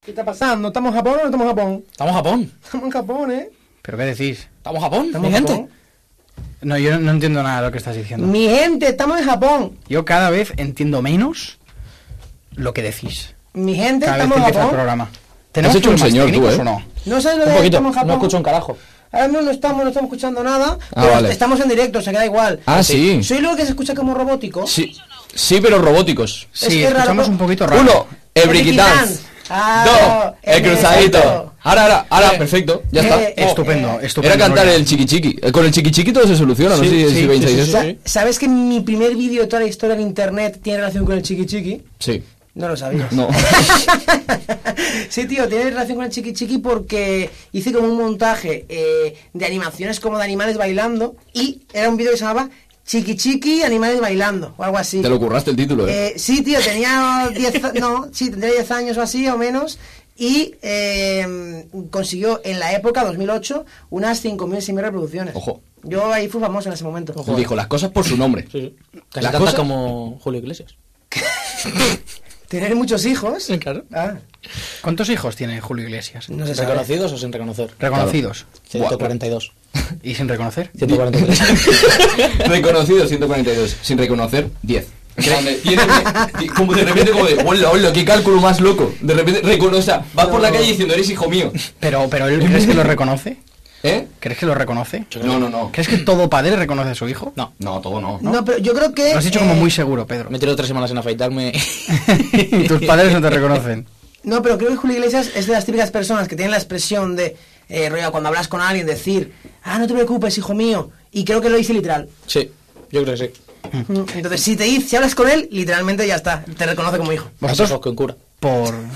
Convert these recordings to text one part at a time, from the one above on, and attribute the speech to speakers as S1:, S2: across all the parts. S1: ¿Qué está pasando? ¿Estamos en Japón o no estamos en Japón?
S2: Estamos en Japón.
S1: Estamos en Japón, ¿eh?
S3: ¿Pero qué decís?
S2: Estamos en Japón,
S1: Estamos
S2: mi
S1: en
S2: gente.
S1: Japón.
S3: No, yo no entiendo nada de lo que estás diciendo.
S1: Mi gente, estamos en Japón.
S3: Yo cada vez entiendo menos lo que decís.
S1: Mi gente,
S3: Cada vez que
S1: estamos en
S3: empieza el
S1: Japón.
S3: programa. ¿Tenemos
S2: hecho un
S3: problemas
S2: señor tú,
S3: técnicos
S2: ¿eh?
S3: o no?
S1: No sabes lo
S2: Un
S1: de
S2: poquito,
S1: estamos en Japón.
S2: no escucho un carajo.
S1: Ahora mismo no estamos, no estamos escuchando nada.
S2: Ah,
S1: pero
S2: vale.
S1: Estamos en directo, se queda igual.
S2: Ah, sí.
S1: Soy lo que se escucha como robótico.
S2: Sí, sí pero robóticos.
S3: Sí,
S1: que es raro,
S3: escuchamos
S1: ¿no?
S3: un poquito raro.
S2: Uno, el
S1: Bricky
S2: briquitans.
S1: Dance. Ah,
S2: Dos, el
S1: el
S2: cruzadito.
S1: cruzadito.
S2: Ahora, ahora, ahora, perfecto, ya está.
S1: eh,
S3: Estupendo, estupendo.
S2: Era cantar
S3: Nuria.
S2: el chiqui chiqui. Eh, Con el chiqui chiqui todo se soluciona, no sé si-
S3: sí,
S2: si veis
S3: sí,
S2: eso.
S3: sí,
S1: Sa- ¿Sabes que mi primer vídeo de toda la historia en internet tiene relación con el chiqui chiqui?
S2: Sí.
S1: No lo sabías.
S2: No.
S1: sí, tío, tiene relación con el chiqui chiqui porque hice como un montaje eh, de animaciones como de animales bailando y era un vídeo que se llamaba Chiqui chiqui animales bailando o algo así.
S2: Te lo curraste el título, eh.
S1: Eh, sí, tío, tenía 10, a- no, sí, tendría 10 años o así o menos y eh, consiguió en la época, 2008, unas 5.000, 6.000 reproducciones.
S2: Ojo.
S1: Yo ahí fui famoso en ese momento.
S2: Él Dijo las cosas por su nombre.
S4: Sí, sí.
S2: La
S4: Casi tantas
S2: cosa-
S4: como Julio Iglesias.
S1: Tener muchos hijos.
S4: claro.
S1: Ah,
S3: ¿Cuántos hijos tiene Julio Iglesias?
S1: no se sabe.
S4: ¿Reconocidos o sin reconocer?
S3: Reconocidos.
S4: 142.
S3: ¿Y sin reconocer?
S4: 143.
S2: Reconocido 142, sin reconocer 10. Grande. Y de repente- y como de repente, como de, hola, hola, qué cálculo más loco. De repente, reconoce, o sea, vas por la calle diciendo, eres hijo mío.
S3: Pero, pero él, ¿crees que lo reconoce?
S2: ¿Eh?
S3: ¿Crees que lo reconoce?
S2: No, no, no.
S3: ¿Crees que todo padre reconoce a su hijo?
S4: No.
S2: No, todo no.
S1: ¿no? pero yo creo que.
S3: Lo has dicho como
S1: eh,
S3: muy seguro, Pedro.
S4: Me tiro tres semanas en afeitarme.
S3: Tus padres no te reconocen.
S1: No, pero creo que Julio Iglesias es de las típicas personas que tienen la expresión de, eh, rollo, cuando hablas con alguien, decir, ah, no te preocupes, hijo mío. Y creo que lo dice literal.
S4: Sí, yo creo que sí.
S1: Mm, Entonces, si te dice, si hablas con él, literalmente ya está, te reconoce como hijo.
S3: Vosotros
S4: Consejos con cura.
S3: por...
S2: Un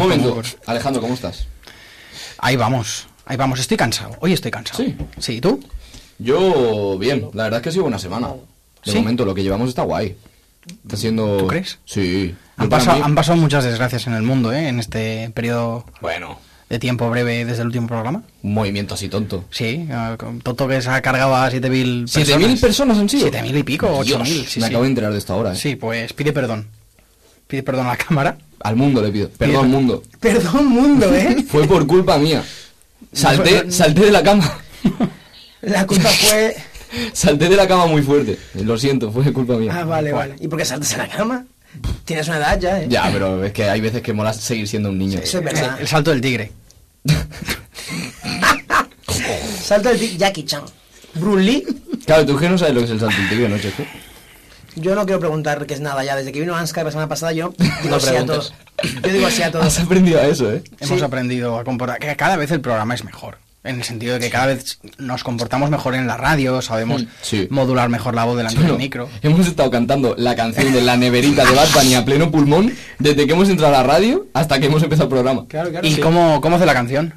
S2: momento. Alejandro, ¿cómo estás?
S3: Ahí vamos, ahí vamos. Estoy cansado. Hoy estoy cansado.
S2: Sí.
S3: Sí, ¿y tú?
S2: Yo, bien. La verdad es que ha sido una semana. De
S3: ¿Sí?
S2: momento, lo que llevamos está guay. Está siendo...
S3: ¿Tú crees?
S2: Sí.
S3: Han
S2: Yo para
S3: pasado,
S2: mí-
S3: han pasado muchas desgracias en el mundo, ¿eh? En este periodo
S2: Bueno,
S3: de tiempo breve desde el último programa.
S2: un movimiento así tonto.
S3: Sí, ah, con Toto que se ha cargado a 7.000 personas.
S2: ¿Siete mil personas han sido?
S3: 7.000 y pico,
S2: Dios,
S3: 8.000. Sí,
S2: me
S3: sí.
S2: acabo de enterar de esta hora, ¿eh?
S3: Sí, pues pide perdón. Pide perdón a la cámara.
S2: Al mundo le pido. Perdón,
S3: Pide-
S2: mundo.
S1: Perdón, mundo, ¿eh?
S2: Fue por culpa mía. Salté,
S3: fue-
S2: salté de la cama.
S1: La culpa fue.
S2: Salté de la cama muy fuerte. Lo siento, fue culpa mía.
S1: Ah, vale, vale. ¿Y por qué saltas a la cama? Tienes una edad ya, ¿eh?
S2: Ya, pero es que hay veces que mola seguir siendo un niño.
S1: Eso es verdad.
S3: El salto del tigre.
S1: Salta el tic- Jackie Chan. Bruce Lee.
S2: Claro, tú es que no sabes lo que es el salto del tigre, ¿no, Checo?
S1: Yo no quiero preguntar qué es nada ya. Desde que vino Anscar la semana pasada, yo digo así a
S4: preguntes.
S1: todos. Yo digo así a todos.
S2: Has aprendido a eso, ¿eh?
S3: Hemos
S1: Sí.
S3: aprendido a comportar. Que cada vez el programa es mejor. En el sentido de que cada vez nos comportamos mejor en la radio, sabemos
S2: Sí.
S3: modular mejor la voz delante
S2: Bueno,
S3: del micro.
S2: Hemos estado cantando la canción de la neverita de Bad Bunny a pleno pulmón desde que hemos entrado a la radio hasta que hemos empezado el programa.
S3: ¿Y cómo, cómo hace la canción?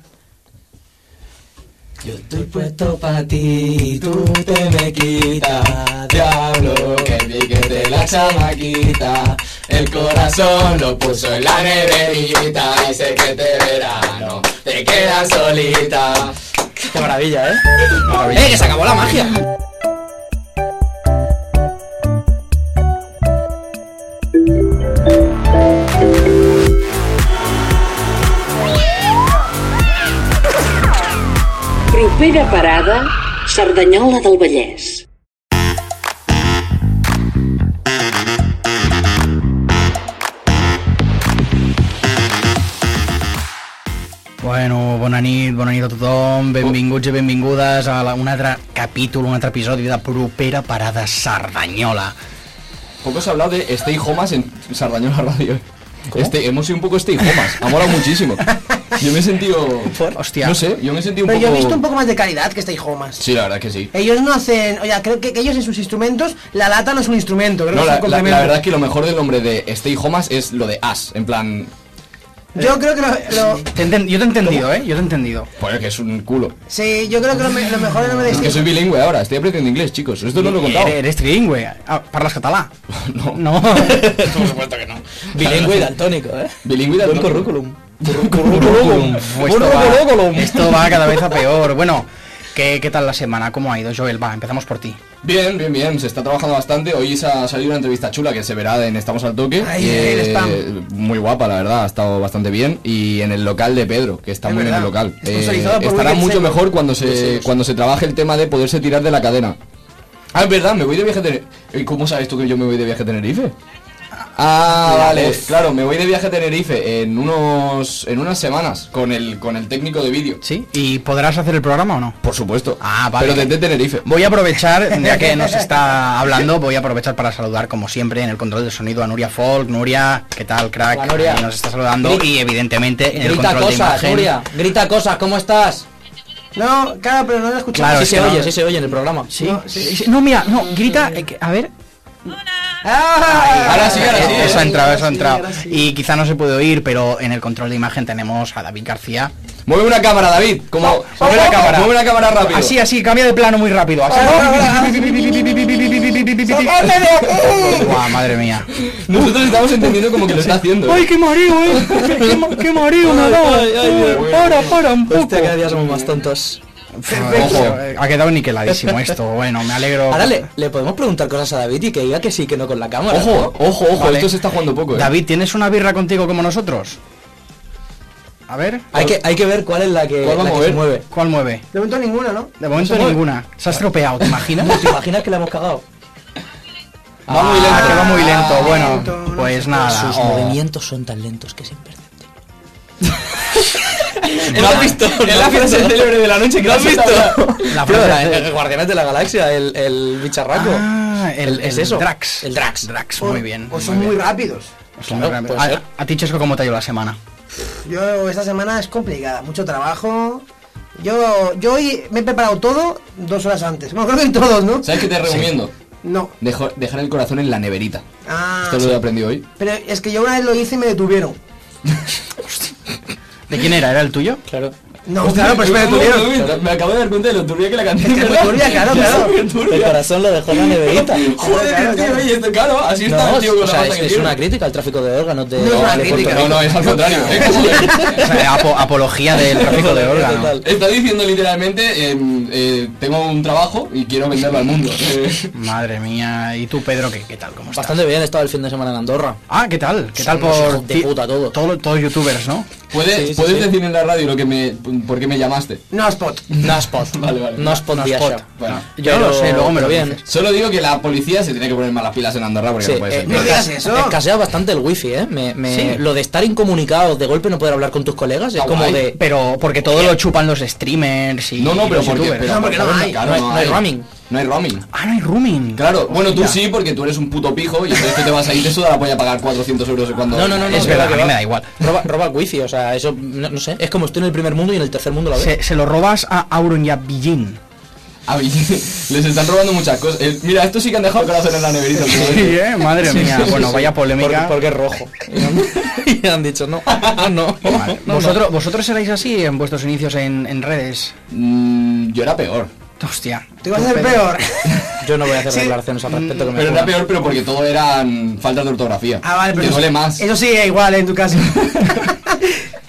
S4: Yo estoy puesto para ti y tú te me quitas.
S2: Diablo, que el piquete de la chamaquita El corazón lo puso en la neverita Y sé que este verano te quedas solita
S4: Qué maravilla, ¿eh?
S2: ¡Eh, que se acabó la magia!
S5: Propera parada, Cerdanyola del Vallès.
S3: Bueno, bona nit, bona nit a
S2: Oh.
S3: tothom, benvinguts i benvingudes a la, un altre capítol, un altre episodi de Propera Parada Cerdanyola.
S2: Poco se ha hablado de Stay Homas en Sardañola Radio Este, hemos sido un poco Stay Homas, ha molado muchísimo Yo me he sentido...
S3: Hostia.
S2: No sé, yo me he sentido un
S1: Pero yo
S2: poco...
S1: he visto un poco más de calidad que este hijo más.
S2: Sí, la verdad que sí
S1: Ellos no hacen. Oye, creo que, que ellos en sus instrumentos. La lata no es un instrumento, creo
S2: No,
S1: que es Eh,
S2: la,
S1: un
S2: la- la
S1: complemento.
S2: verdad es que lo mejor del nombre de Stay Homas es lo de As En plan,
S1: Yo creo que lo. lo-
S3: T'he enten- jo t'he entendido, eh? Jo t'he entendido.
S2: pues que es un culo
S1: sí, yo creo que lo, me- lo mejor no me
S2: Es que
S1: decís.
S2: soy bilingüe ahora, estoy aprendiendo inglés, chicos Esto no lo he contado
S3: Eres, eres trilingüe. Ah, parles català?
S2: No.
S3: No.
S2: Por supuesto que no.
S4: Bilingüe y daltónico, ¿eh?
S2: Bilingüe y
S4: Buen
S2: daltónico.
S4: currículum.
S3: Pues esto, va, esto va cada vez a peor. Bueno, ¿Qué, ¿Qué tal la semana? ¿Cómo ha ido, Joel? Va, empezamos por ti.
S2: Bien, bien, bien, se está trabajando bastante. Hoy se ha salido una entrevista chula que se verá en Estamos al Toque.
S1: Ay,
S2: que,
S1: el spam.
S2: Muy guapa, la verdad, ha estado bastante bien. Y en el local de Pedro, que está
S1: Es
S2: muy bien el
S1: verdad.
S2: local. Eh,
S1: Sponsorizado por ¿eh? Pues
S2: estará
S1: Weekend
S2: mucho
S1: Seven.
S2: mejor cuando se, cuando se trabaje el tema de poderse tirar de la cadena. Ah, es verdad, me voy de viaje a Tenerife. ¿Y cómo sabes tú que yo me voy de viaje a Tenerife? Ah, vale, claro, me voy de viaje a Tenerife en unos en unas semanas con el con el técnico de vídeo.
S3: ¿Sí? ¿Y podrás hacer el programa o no?
S2: Por supuesto.
S3: Ah, vale.
S2: Pero desde Tenerife.
S3: Voy a aprovechar, ya que nos está hablando, voy a aprovechar para saludar, como siempre, en el control del sonido a Nuria Folk. Nuria, ¿qué tal, crack?
S4: Hola, Nuria.
S3: Ahí Nos está saludando
S4: Gri-
S3: y, evidentemente, en el
S4: Grita
S3: control de
S4: cosas,
S3: imagen.
S4: Nuria. Grita cosas, ¿cómo estás?
S1: No, claro, pero no lo escuchamos.
S3: Claro,
S4: sí
S3: es
S4: se
S3: que no-
S4: oye, sí se oye en el programa. Uh,
S3: Sí, sí, sí. No, mira, no, grita, eh, que- a ver.
S2: Ahora sí, ahora sí.
S3: Eso
S2: eh.
S3: ha entrado, eso ha
S1: sí,
S3: entrado.
S1: ahora sí.
S3: Y quizá no se puede oír, pero en el control de imagen tenemos a David García.
S2: Mueve una cámara, David. Como
S3: mueve la cámara.
S2: Mueve una cámara rápido.
S3: Así, así, cambia de plano muy rápido. así. Guau, madre mía.
S2: Nosotros estamos entendiendo como que lo está haciendo.
S3: ¡Ay, qué mareo, eh! ¡Qué, ma- qué mareo me ha dado!
S4: Ay, Pues ay, ay.
S3: ¡Para, para, un poco!
S4: Hostia, cada día somos más tontos.
S3: Ojo, ha quedado niqueladísimo esto. Bueno, me alegro.
S4: Ahora le, Ah, le podemos preguntar cosas a David y que diga que sí, que no con la cámara.
S2: Ojo, ojo, ojo,
S3: Vale.
S2: esto se está jugando poco. eh.
S3: David, ¿tienes una birra contigo como nosotros? A ver,
S4: Hay que, hay que ver cuál es la que,
S2: ¿Cuál va a
S4: la que
S2: mover?
S4: se mueve.
S3: ¿cuál mueve?
S1: De momento ninguna, ¿no?
S3: De momento
S2: mueve.
S3: ninguna. Se ha estropeado, ¿te imaginas?
S4: No, ¿Te imaginas que la hemos cagado?
S2: Va muy
S3: Ah,
S2: lento.
S3: que va muy lento.
S1: lento,
S3: Bueno,
S1: no
S3: pues nada.
S4: Sus
S3: oh.
S4: movimientos son tan lentos que se imperceptible.
S2: ¿No has visto? Es la frase célebre de la noche que no has visto. ¿eh?
S3: La
S4: Pero
S3: frase
S4: la-
S3: de-
S4: el Guardianes de la Galaxia, el, el bicharraco.
S3: Ah, el,
S4: El- es
S3: el
S4: eso.
S3: Drax.
S4: El Drax.
S3: Drax,
S1: O-
S3: muy bien. Pues
S1: O Oh, pues son muy, rápidos.
S3: Son
S4: Claro,
S3: muy
S4: puede
S3: rápidos.
S4: ser.
S3: a, a ti, Chesco, ¿cómo te ha ido la semana?
S1: Yo esta semana es complicada, mucho trabajo. Yo, yo hoy me he preparado todo dos horas antes. Bueno, creo que hoy todos, ¿no?
S2: ¿Sabes qué te recomiendo?
S1: No.
S2: Dejo- dejar el corazón en la neverita.
S1: Ah,
S2: Esto lo he aprendido hoy.
S1: pero es que yo una vez lo hice y me detuvieron.
S3: ¿De quién era? ¿Era el tuyo?
S4: Claro.
S1: No, claro, pero es que me detuvieron.
S2: Me acabo de dar cuenta de lo turbia que la canción
S1: Es que es muy
S2: ¿verdad?
S1: turbia, claro,
S2: Es
S1: claro.
S2: súper turbia.
S4: El corazón lo dejó en la neverita.
S1: Claro,
S2: Joder, tío,
S1: claro.
S2: oye, esto, claro, así está
S4: No,
S2: el tío con
S4: o
S2: la
S4: sea,
S2: pata
S4: es,
S2: que
S4: es
S2: tiene.
S4: una crítica al tráfico de órganos de...
S1: No es una
S4: de Puerto
S1: crítica.
S4: Rico.
S2: No, no, es al contrario. ¿eh? Joder.
S3: O sea, apo- apología del tráfico de órganos.
S4: Total.
S2: Está diciendo literalmente, em, eh, tengo un trabajo y quiero venderlo al mundo.
S3: Madre mía. ¿Y tú, Pedro, qué, qué tal? ¿Cómo estás?
S4: Bastante bien, he estado el fin de semana en Andorra.
S3: Ah, ¿qué tal? ¿Qué tal
S4: Son unos
S3: por
S4: hijos de
S3: ti-
S4: puta todos.
S3: todo- todos youtubers, ¿no?
S2: ¿Puedes,
S4: Sí, sí,
S2: puedes
S4: sí.
S2: decir en la radio lo que me, por qué me llamaste?
S1: No, spot.
S4: No spot.
S2: Vale, vale.
S4: No spot
S3: No
S4: de
S3: spot.
S4: això.
S2: Bueno,
S3: Ah, yo lo sé, luego me lo
S4: pero
S3: dices.
S2: Solo digo que la policía se tiene que poner malas pilas en Andorra porque
S4: Sí,
S2: no puede
S4: eh,
S2: ser.
S4: me
S1: No digas
S4: escas-
S1: eso.
S4: escasea bastante el wifi, ¿eh? Me, me-
S3: Sí.
S4: Lo de estar incomunicado, de golpe no poder hablar con tus colegas, es
S2: Ah,
S4: como
S2: guay.
S4: de...
S3: Pero porque todo lo chupan los streamers y
S2: No, no,
S3: y
S2: pero
S3: los
S2: porque
S3: youtubers.
S2: pero
S1: No, porque no
S2: claro,
S1: hay.
S2: claro,
S4: No hay- no hay roaming.
S2: No hay roaming.
S3: Ah, no hay rooming.
S2: Claro, bueno, tú
S3: Hostia.
S2: sí, porque tú eres un puto pijo y entonces tú te vas a ir te suda la polla a pagar 400 euros cuando...
S4: No, no, no, no,
S3: Es
S4: que
S3: verdad,
S4: va, que
S3: a mí
S4: va.
S3: me da igual.
S4: Roba, roba el wifi, o sea, eso, no, no sé. Es como estoy en el primer mundo y en el tercer mundo a la vez.
S3: Se, se lo robas a Auron y a Billin.
S2: A mí, les están robando muchas cosas. Eh, mira, esto sí que han dejado el corazón en la neverita.
S3: Sí, ¿eh? Madre mía. bueno, vaya polémica.
S4: Por- porque es rojo. Y han, y han dicho, no, no.
S3: Vale. ¿Vosotros, ¿Vosotros erais así en vuestros inicios en, en redes?
S2: Mm, yo era peor.
S3: Hostia.
S1: Te ibas a hacer
S3: Pedro.
S1: peor.
S4: pues Yo no voy a hacer declaraciones al respecto que me
S2: Pero era
S4: funan.
S2: peor, pero porque todo eran faltas de ortografía.
S1: Ah, vale, pero.
S2: Que
S1: eso-
S2: duele más.
S1: Eso sí, igual, en tu caso.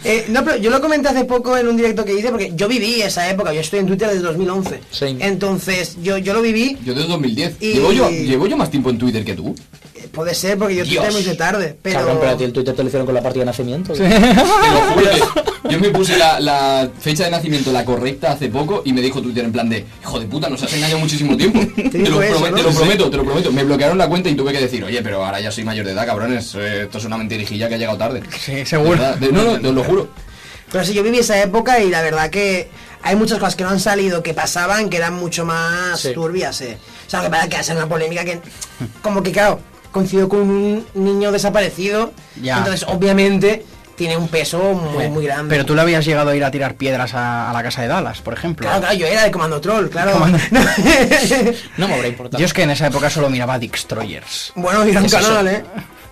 S1: Eh, no, pero yo lo comenté hace poco en un directo que hice porque yo viví esa época. Yo estoy en Twitter desde 2011.
S4: Sí.
S1: Entonces, yo, yo lo viví.
S2: Yo desde 2010.
S1: Y-
S2: Llevo, yo, llevo yo más tiempo en Twitter que tú.
S1: eh, Puede ser porque yo Twitter
S2: Dios.
S1: me hice tarde. Pero.
S4: Cabrón, pero a ti el Twitter te lo hicieron con la partida de nacimiento.
S2: Te lo juro que yo me puse la, la fecha de nacimiento, la correcta, hace poco y me dijo Twitter en plan de, hijo de puta, nos has engañado muchísimo tiempo. Te,
S1: dijo
S2: lo,
S1: eso, ¿no?
S2: prometo, te lo
S1: Sí.
S2: prometo, te lo prometo. Me bloquearon la cuenta y tuve que decir, oye, pero ahora ya soy mayor de edad, cabrones. eh, Esto es una mentirijilla que ha llegado tarde.
S3: Sí, seguro.
S2: De verdad, de- No, no, te lo juro.
S1: Pero sí, yo viví esa época y la verdad que hay muchas cosas que no han salido, que pasaban, que eran mucho más
S4: Sí.
S1: turbias, eh. O sea, que para que hacer una polémica que, como que, claro, coincidió con un niño desaparecido.
S3: Ya.
S1: Entonces, obviamente, tiene un peso muy, muy grande.
S3: Pero tú le habías llegado a ir a tirar piedras a, a la casa de Dallas, por ejemplo.
S1: Claro, claro, yo era de Comando Troll, claro.
S3: Comando-
S4: No me habrá importado.
S3: Yo es que en esa época solo miraba Destroyers.
S1: bueno, y era un
S4: Es eso.
S1: canal, ¿eh?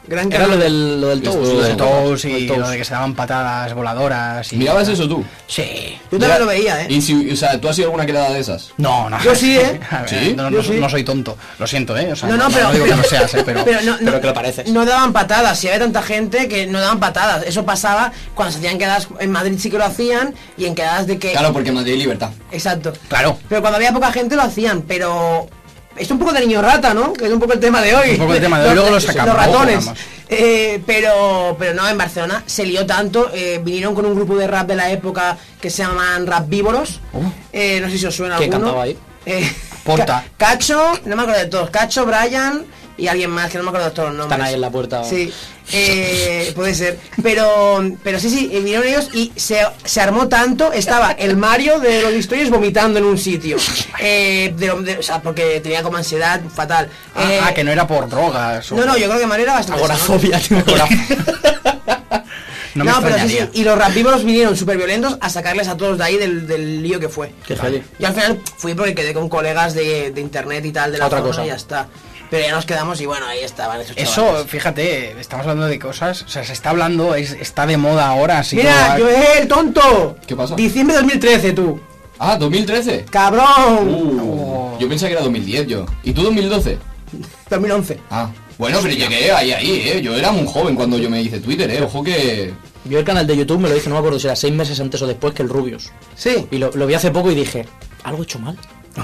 S1: Gran
S2: Era lo
S1: canal.
S2: del, lo del
S3: Los
S2: Tous.
S3: Tous,
S2: lo
S3: los
S2: del
S3: Tous
S2: lo
S3: y
S2: del Tous.
S3: lo de que se daban patadas voladoras. Y...
S2: ¿Mirabas eso tú?
S3: Sí.
S1: Yo también lo veía, ¿eh?
S2: Y si, o sea, ¿tú has sido alguna quedada de esas?
S3: No, no.
S1: Yo sí, ¿eh?
S3: A ver,
S2: ¿Sí?
S3: No,
S1: Yo
S3: no-
S1: sí.
S3: no soy tonto. Lo siento, ¿eh? O sea,
S1: No, no, pero.
S3: digo que no seas, ¿eh? Pero,
S1: pero no- no-
S4: pero que lo pareces.
S1: No daban patadas, si había tanta gente que no daban patadas. Eso pasaba cuando se hacían quedadas. En Madrid sí que lo hacían y en quedadas de que.
S2: Claro, porque en Madrid hay libertad.
S1: Exacto.
S3: Claro.
S1: Pero cuando había poca gente lo hacían, pero. Es un poco de niño rata, ¿no? Que es un poco el tema de hoy.
S3: Un poco el tema de hoy, luego lo sacamos,
S1: Los
S3: luego
S1: ratones.
S3: sacamos.
S1: Eh, pero, pero no, en Barcelona se lió tanto. eh, vinieron con un grupo de rap de la época que se llaman Rap Víboros.
S3: Oh.
S1: Eh, no sé si os suena
S4: ¿Quién
S1: alguno.
S4: cantaba ahí?
S1: Eh,
S3: Porta.
S1: Ca- Cacho, no me acuerdo de todos. Cacho, Brian y alguien más que no me acuerdo de todos los nombres.
S4: Están ahí en la puerta.
S1: Sí. Eh, puede ser. Pero, pero sí, sí, eh, vinieron ellos y se, se armó tanto. Estaba el Mario de los historias vomitando en un sitio. Eh, de lo- de- o sea, porque tenía como ansiedad fatal.
S3: Ah,
S1: Eh,
S3: ah, que no era por drogas. o-
S1: no, no, yo creo que Mario era bastante. sano.
S4: Agorafobia, tío.
S3: No
S1: No,
S3: me
S1: pero sí,
S3: extrañaría.
S1: sí. Y los rapívoros vinieron súper violentos a sacarles a todos de ahí del, del lío que fue.
S4: Qué heavy.
S1: Y al final fui porque quedé con colegas de, de internet y tal de la
S4: Otra
S1: zona
S4: cosa.
S1: y ya está. Pero ya nos quedamos y bueno, ahí estaban esos
S3: Eso,
S1: chavales.
S3: fíjate, estamos hablando de cosas, o sea, se está hablando, es, está de moda ahora, así
S1: Mira,
S3: que...
S1: Joel, tonto.
S2: ¿Qué pasa?
S1: Diciembre de 2013, tú.
S2: Ah, 2013.
S1: Cabrón. Oh.
S2: Uh, Yo pensaba que era 2010 yo. ¿Y tú 2012?
S1: 2011.
S2: Ah. Bueno, pero llegué ahí, ahí, eh. Yo era muy joven cuando yo me hice Twitter, eh. Ojo que...
S4: Yo el canal de YouTube me lo hice, no me acuerdo si era seis meses antes o después que el Rubius.
S1: Sí,
S4: Y lo, lo vi hace poco y dije, algo he hecho mal.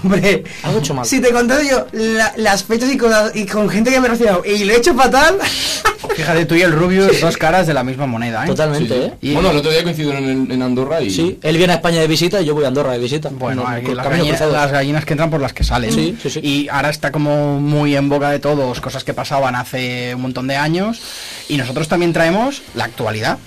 S1: hombre.
S4: Algo he hecho mal.
S1: Si te conté yo la- las fechas y con, y con gente que me he relacionado y lo he hecho fatal.
S3: Fíjate, tú y el Rubius, dos caras de la misma moneda, ¿eh?
S4: Totalmente,
S2: Sí,
S4: ¿eh?
S2: sí.
S3: Y-
S2: Bueno, el otro día coincidieron en, en Andorra y...
S4: Sí, él viene a España de visita y yo voy a Andorra de visita.
S3: Bueno,
S4: No,
S3: aquí
S4: con-
S3: las,
S4: camino
S3: gallinas,
S4: cruzado.
S3: las gallinas que entran por las que salen.
S4: Sí, sí, sí.
S3: Y ahora está como muy en boca de todos, cosas que pasaban hace un montón de años. Y nosotros también traemos la actualidad.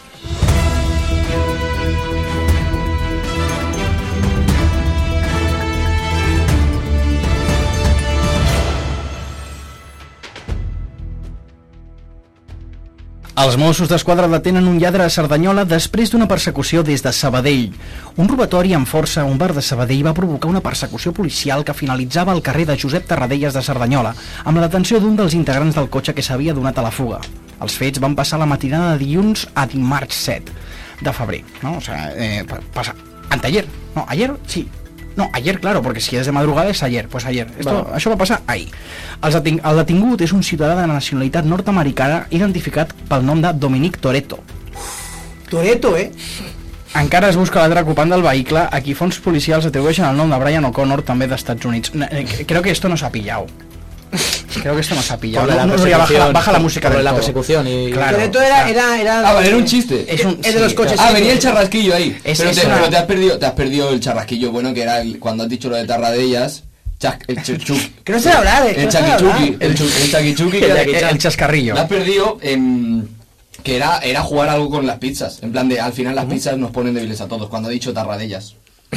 S3: Els Mossos d'Esquadra detenen un lladre a Cerdanyola després d'una persecució des de Sabadell. Un robatori amb força a un bar de Sabadell va provocar una persecució policial que finalitzava al carrer de Josep Tarradellas de Cerdanyola, amb la detenció d'un dels integrants del cotxe que s'havia donat a la fuga. Els fets van passar la matinada de dilluns a dimarts 7 de febrer. No? O sea, eh, pa- pasa... Anteayer. No, ayer sí. No, ayer, claro, porque si es de madrugada es ayer. Pues ayer. Esto,
S4: Vale.
S3: Això va passar ahir. El, deting el detingut és un ciutadà de nacionalitat nord-americana identificat pel nom de Dominic Toretto.
S1: Toreto, eh.
S3: Encara es busca l'altre ocupant del vehicle a qui fons policials atribueixen el nom de Brian O'Connor, també d'Estats Units. No, eh, creo que esto no s'ha pillado. Creo que esto no s'ha pillado.
S4: Por la
S3: No, no, Nuria, baja, la-
S4: persecución,
S3: baja la música
S4: por
S3: del
S4: la
S3: todo.
S4: persecución y-
S3: Claro,
S1: Toreto era,
S3: o sea,
S1: era, era.
S2: Ah, vale, era un chiste.
S3: Es un-
S1: Es de los
S3: sí,
S1: coches.
S2: Ah,
S1: sí.
S2: venía el charrasquillo ahí.
S3: Es-
S2: pero,
S3: es
S2: te,
S3: una-
S2: pero te has perdido, te has perdido el charrasquillo bueno que era el- cuando has dicho lo de Tarradellas. Chas, el chuchuc.
S1: Que no sé hablar, eh, que
S2: El
S1: no sé
S2: chaquichuqui.
S1: hablar.
S2: El, chu- el chaquichuqui.
S3: El-
S2: que era-
S3: el- el chascarrillo.
S2: Lo has perdido en. Que era, era jugar algo con las pizzas. En plan de, al final las pizzas nos ponen débiles a todos. Cuando ha dicho Tarradellas.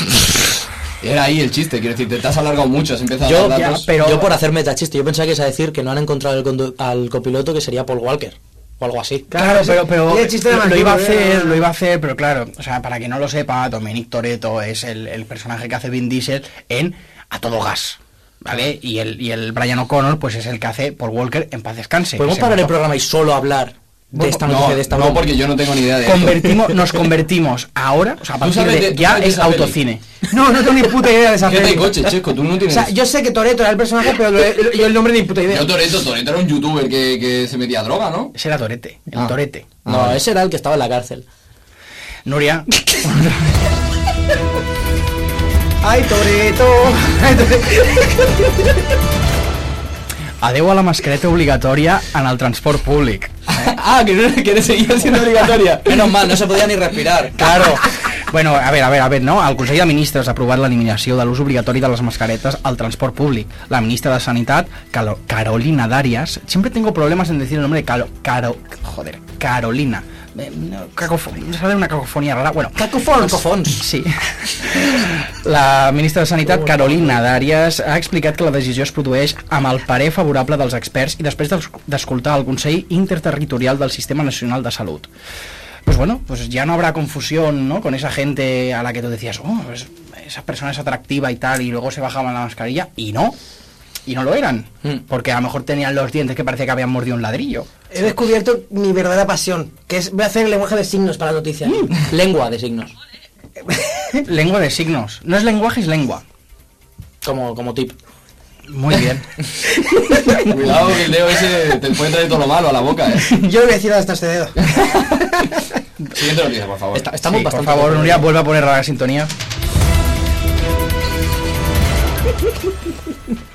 S2: Era ahí el chiste, quiero decir, te, te has alargado mucho, has empezado a
S4: Yo,
S2: dar
S4: ya,
S2: datos.
S4: pero... yo por hacer metachiste, yo pensaba que ibas a decir que no han encontrado el condu- al copiloto que sería Paul Walker o algo así.
S3: Claro, pero, pero
S1: Y el chiste de
S3: lo, lo iba a
S1: Mancuso, ¿eh?
S3: hacer, lo iba a hacer, pero claro, o sea, para quien no lo sepa, Dominic Toretto es el, el personaje que hace Vin Diesel en A todo gas, ¿vale? Y el, y el Brian O'Connor, pues es el que hace Paul Walker en paz descanse.
S4: ¿Podemos
S3: que se
S4: parar el
S3: mató.
S4: programa y solo hablar de esta
S2: no,
S4: noticia, de esta
S2: no,
S4: broma?
S2: porque yo no tengo ni idea de esto.
S3: Convertimos, nos convertimos ahora, o sea, a
S2: Tú
S3: partir
S2: sabes
S3: de,
S2: de- tú
S3: ya
S2: sabes de
S3: es
S2: esa peli.
S3: autocine.
S1: No, no tengo ni puta idea de esa
S2: ¿Qué
S1: peli.
S2: te coche, Chesco? Tú no
S1: O
S2: tienes.
S1: sea, yo sé que Toreto era el personaje, pero lo- lo- yo el nombre ni puta idea.
S2: Yo Toreto, Toreto era un youtuber que, que se metía a droga, ¿no?
S3: Ese era Torete, el
S2: Ah.
S3: Torete.
S4: No,
S2: Ah, vale.
S4: ese era el que estaba en la cárcel.
S3: Nuria,
S1: Ay, Toreto. Ay, Toreto.
S3: adeu a la mascareta obligatòria en el transport públic.
S2: ah, que, no- que seguía siendo obligatoria.
S4: Menos mal, no se podía ni respirar.
S3: Claro. Bueno, a veure, a veure, a veure, no? El Consell de Ministres ha aprovat l'eliminació de l'ús obligatori de les mascaretes al transport públic. La ministra de Sanitat, Calo- Carolina Darias, siempre tengo problemas en decir el nombre de Caro... Caro joder, Carolina. Eh, no, cacofo- Sale una cacofonía rara. Bueno,
S4: Cacofons. Cacofons.
S3: Sí. La ministra de Sanitat, Carolina Dàries, ha explicat que la decisió es produeix amb el parer favorable dels experts i després d'es- d'escoltar el Consell Interterritorial del Sistema Nacional de Salud. Pues bueno, pues ya no habrá confusión, ¿no? Con esa gente a la que tú decías, oh, pues esa persona es atractiva y tal, y luego se bajaban la mascarilla, y no. y no lo eran,
S4: Mm.
S3: porque a lo mejor tenían los dientes que parecía que habían mordido un ladrillo.
S1: He descubierto mi verdadera pasión, que es voy a hacer el lenguaje de signos para la noticia.
S2: Mm.
S4: Lengua de signos,
S3: lengua de signos. No es lenguaje, es lengua.
S4: como, como tip.
S3: Muy bien.
S2: Cuidado que el dedo ese te puede traer todo lo malo a la boca, eh.
S1: Yo no voy a decir nada hasta este dedo.
S2: Siguiente noticia, por favor.
S4: Está- estamos
S3: Sí, por
S4: bastante...
S3: favor, Nuria, vuelve a poner la sintonia.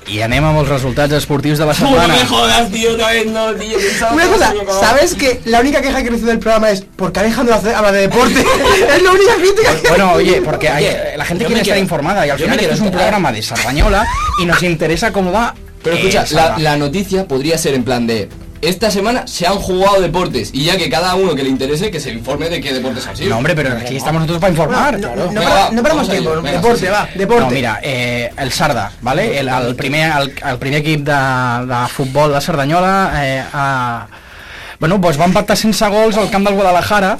S3: I anem amb els resultats esportius de la setmana.
S2: jodas, tío, otra vez no, tío. pensaba
S1: Una
S2: que
S1: cosa,
S2: no sabía
S1: ¿sabes que la única queja que recibo del programa es ¿por qué Alejandro hace- habla de deporte? es la única crítica que...
S3: Bueno, oye, porque hay-
S4: Oye,
S3: la gente
S4: yo
S3: quiere
S4: me
S3: estar
S4: quiero-
S3: informada y al
S4: yo me
S3: final esto
S4: quiero
S3: es un
S4: enterar.
S3: programa de Sardañola y nos interesa cómo va.
S2: Pero
S3: eh,
S2: escucha, la,
S3: Sarda.
S2: la noticia podría ser en plan de esta semana se han jugado deportes y ya que cada uno que le interese que se informe de qué deportes han sido.
S3: No, hombre, pero aquí estamos nosotros para
S1: No,
S3: informar.
S1: no,
S3: claro.
S1: no
S2: Venga,
S1: para-
S2: va,
S1: no paramos
S2: vamos a
S1: tiempo,
S2: ello. Venga,
S1: deporte,
S2: sí, sí.
S1: va, deporte.
S3: No, mira, eh, el Sarda, ¿vale? El, el primer, el, el primer equip de, de futbol de Cerdanyola eh, a, bueno, doncs van pactar sense gols al camp del Guadalajara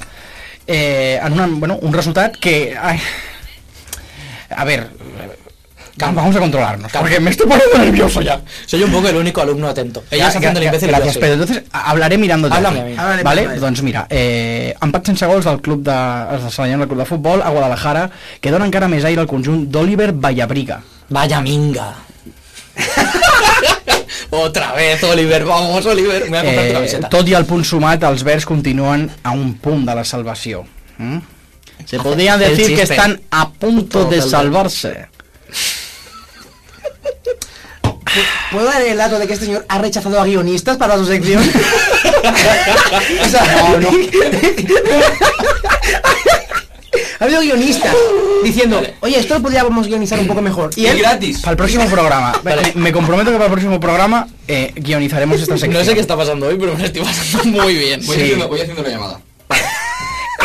S3: eh, en una, bueno, un resultat que... Ai, a ver, calma, vamos a controlarnos, porque me estoy poniendo nervioso ya.
S4: Soy un poco el único alumno atento. Ellos
S3: Gra-
S4: haciendo el
S3: gra-
S4: imbécil. y yo
S3: Gràcies,
S4: sí.
S3: Pedro. Entonces, a- hablaré mirándote.
S4: Háblame a mí.
S1: Háblame,
S3: vale?
S1: háblame.
S3: Doncs mira, eh, empat sense gols del club de, els de Cerdanyola, el club de futbol, a Guadalajara, que dona encara més aire al conjunt d'Oliver Vallabriga.
S4: Vaya minga. otra vez, Oliver. Vamos, Oliver. Me voy a comprar tu
S3: Eh,
S4: camiseta.
S3: tot i el punt sumat, els verds continuen a un punt de la salvació. Mm? Se podría
S4: el
S3: decir que
S4: chiste.
S3: están a punto de
S4: del-
S3: salvarse.
S1: ¿Puedo dar el dato de que este señor ha rechazado a guionistas para su sección? o sea, ha habido guionistas diciendo, oye, esto lo podríamos guionizar un poco mejor.
S2: Y
S1: Y él,
S2: gratis.
S3: Para el próximo programa.
S4: Vale.
S3: Me, me comprometo que para el próximo programa eh, guionizaremos esta sección.
S4: No sé qué está pasando hoy, pero me lo estoy pasando muy bien.
S2: Voy,
S3: Sí.
S2: haciendo, voy haciendo la llamada.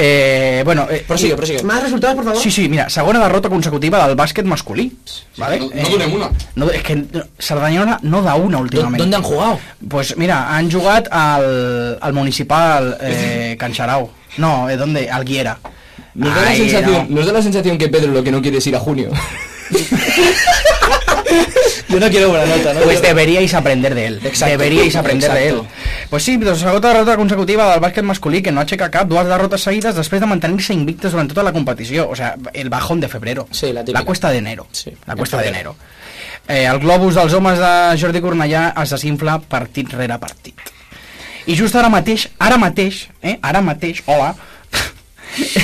S3: Eh, bueno, eh,
S4: Prosigue, prosigue.
S1: más resultados, por favor.
S3: Sí, sí, mira, segona derrota consecutiva del bàsquet masculí. ¿vale? Eh,
S2: no- no donem una.
S3: No, és que no- Cerdanyola no da una
S4: ¿Dó-
S3: últimament.
S4: ¿Dónde han jugado?
S3: Pues mira, han jugat al, al municipal eh, Cancharao. No, eh, ¿dónde? Alguiera.
S2: Nos da, la
S3: Ay,
S2: sensación,
S3: no.
S2: nos da la sensación que Pedro lo que no quiere es ir a junio.
S4: Yo no quiero buena nota, ¿no?
S3: Pues deberíais aprender de él.
S4: Exacto.
S3: Deberíais aprender
S4: Exacto.
S3: de él. Pues sí, doncs segona derrota consecutiva del bàsquet masculí que no aixeca cap, dues derrotes seguides després de mantenir-se invictes durant tota la competició. O sea, el bajón de febrero.
S4: Sí, la típica.
S3: la cuesta de enero.
S4: Sí,
S3: la
S4: en
S3: cuesta de
S4: febrero.
S3: enero. Eh, el globus dels homes de Jordi Cornellà es desinfla partit rere partit. I just ara mateix, ara mateix, eh, ara mateix, hola,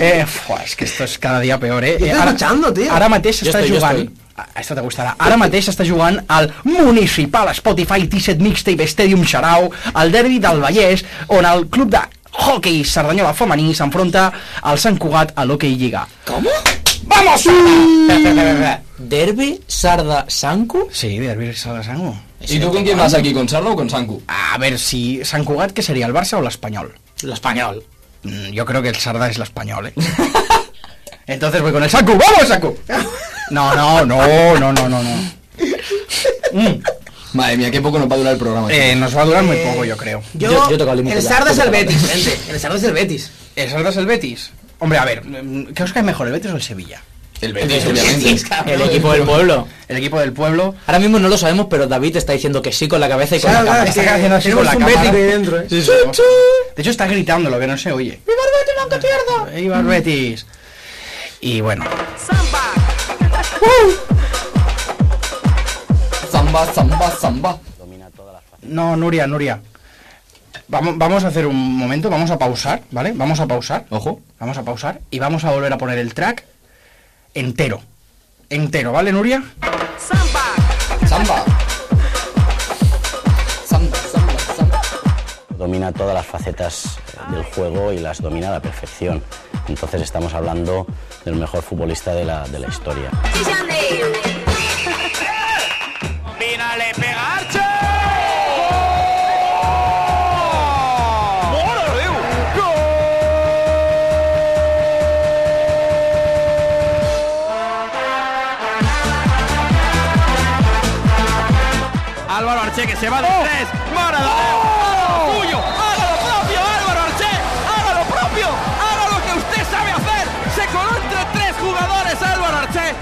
S3: eh, fua, és que esto es cada dia peor, eh?
S1: estoy
S3: Eh, ara-
S1: escuchando, tío.
S3: Ara mateix s'està
S4: estoy, yo
S3: jugant...
S4: estoy.
S3: Ah, Esta t'agostarà. Ara mateix s'està jugant al Municipal Spotify T-Set Mixtape Stadium Xarau, el derbi del Vallès, on el club de hockey Cerdanyola femení s'enfronta al Sant Cugat a l'hockey Lliga.
S4: ¿Cómo?
S3: ¡Vamos!
S4: Derby, Sarda, Sanku.
S3: Sí, derbi de Sango.
S2: ¿Y tú con quién vas aquí? ¿Con Sarda o con Sanku?
S3: A ver, si Sant Cugat, ¿qué sería, el Barça o l'Espanyol?
S4: Lo español.
S3: Mm, Yo creo que el Sarda es la español, ¿eh? Entonces voy con el Saku. ¡Vamos, Saku! No, no, no, no, no, no. no. Mm,
S2: Madre mía, qué poco nos va a durar el programa. este.
S3: eh, nos va a durar muy
S1: Eh,
S3: poco, yo creo.
S1: Yo,
S4: Yo- yo he tocado el límite
S1: el
S4: ya,
S1: Sarda
S4: yo
S1: es
S4: he
S1: el
S4: tocado.
S1: Betis, gente. El Sarda es el Betis.
S3: ¿El Sarda es el Betis? Hombre, a ver, mm, ¿qué os cae mejor, el Betis o el Sevilla?
S2: El Betis, obviamente.
S4: El equipo del pueblo.
S3: El equipo del pueblo.
S4: Ahora mismo no lo sabemos, pero David está diciendo que sí con la cabeza y con
S1: Claro,
S4: la
S1: claro,
S4: cámara.
S1: es que
S3: Está haciendo así con
S1: tenemos
S3: la
S1: un
S3: cámara.
S1: Betis ahí dentro, eh.
S3: De hecho, está gritando lo que no se oye. Eh,
S6: ¡Viva el Betis, aunque pierda!
S3: ¡Viva el Betis! Y bueno,
S6: ¡Samba!
S2: Zamba, zamba, zamba.
S3: no, Nuria, Nuria. Vamos, vamos a hacer un momento, vamos a pausar, ¿vale? Vamos a pausar.
S2: Ojo.
S3: Vamos a pausar y vamos a volver a poner el track entero. Entero, ¿vale, Nuria?
S6: ¡Samba!
S2: Zamba. Zamba, zamba, zamba.
S7: domina todas las facetas eh, del juego y las domina a la perfección. Entonces estamos hablando del mejor futbolista de la, de la historia.
S8: Mírale pegarche! Mora de Déu! Álvaro Arché que se va de
S3: ¡Oh!
S8: tres. Maradona. ¡Haga lo suyo! ¡Haga lo propio, Álvaro Arché! ¡Haga lo propio! ¡Haga lo que usted sabe hacer! Se coló entre tres jugadores, Álvaro Arché.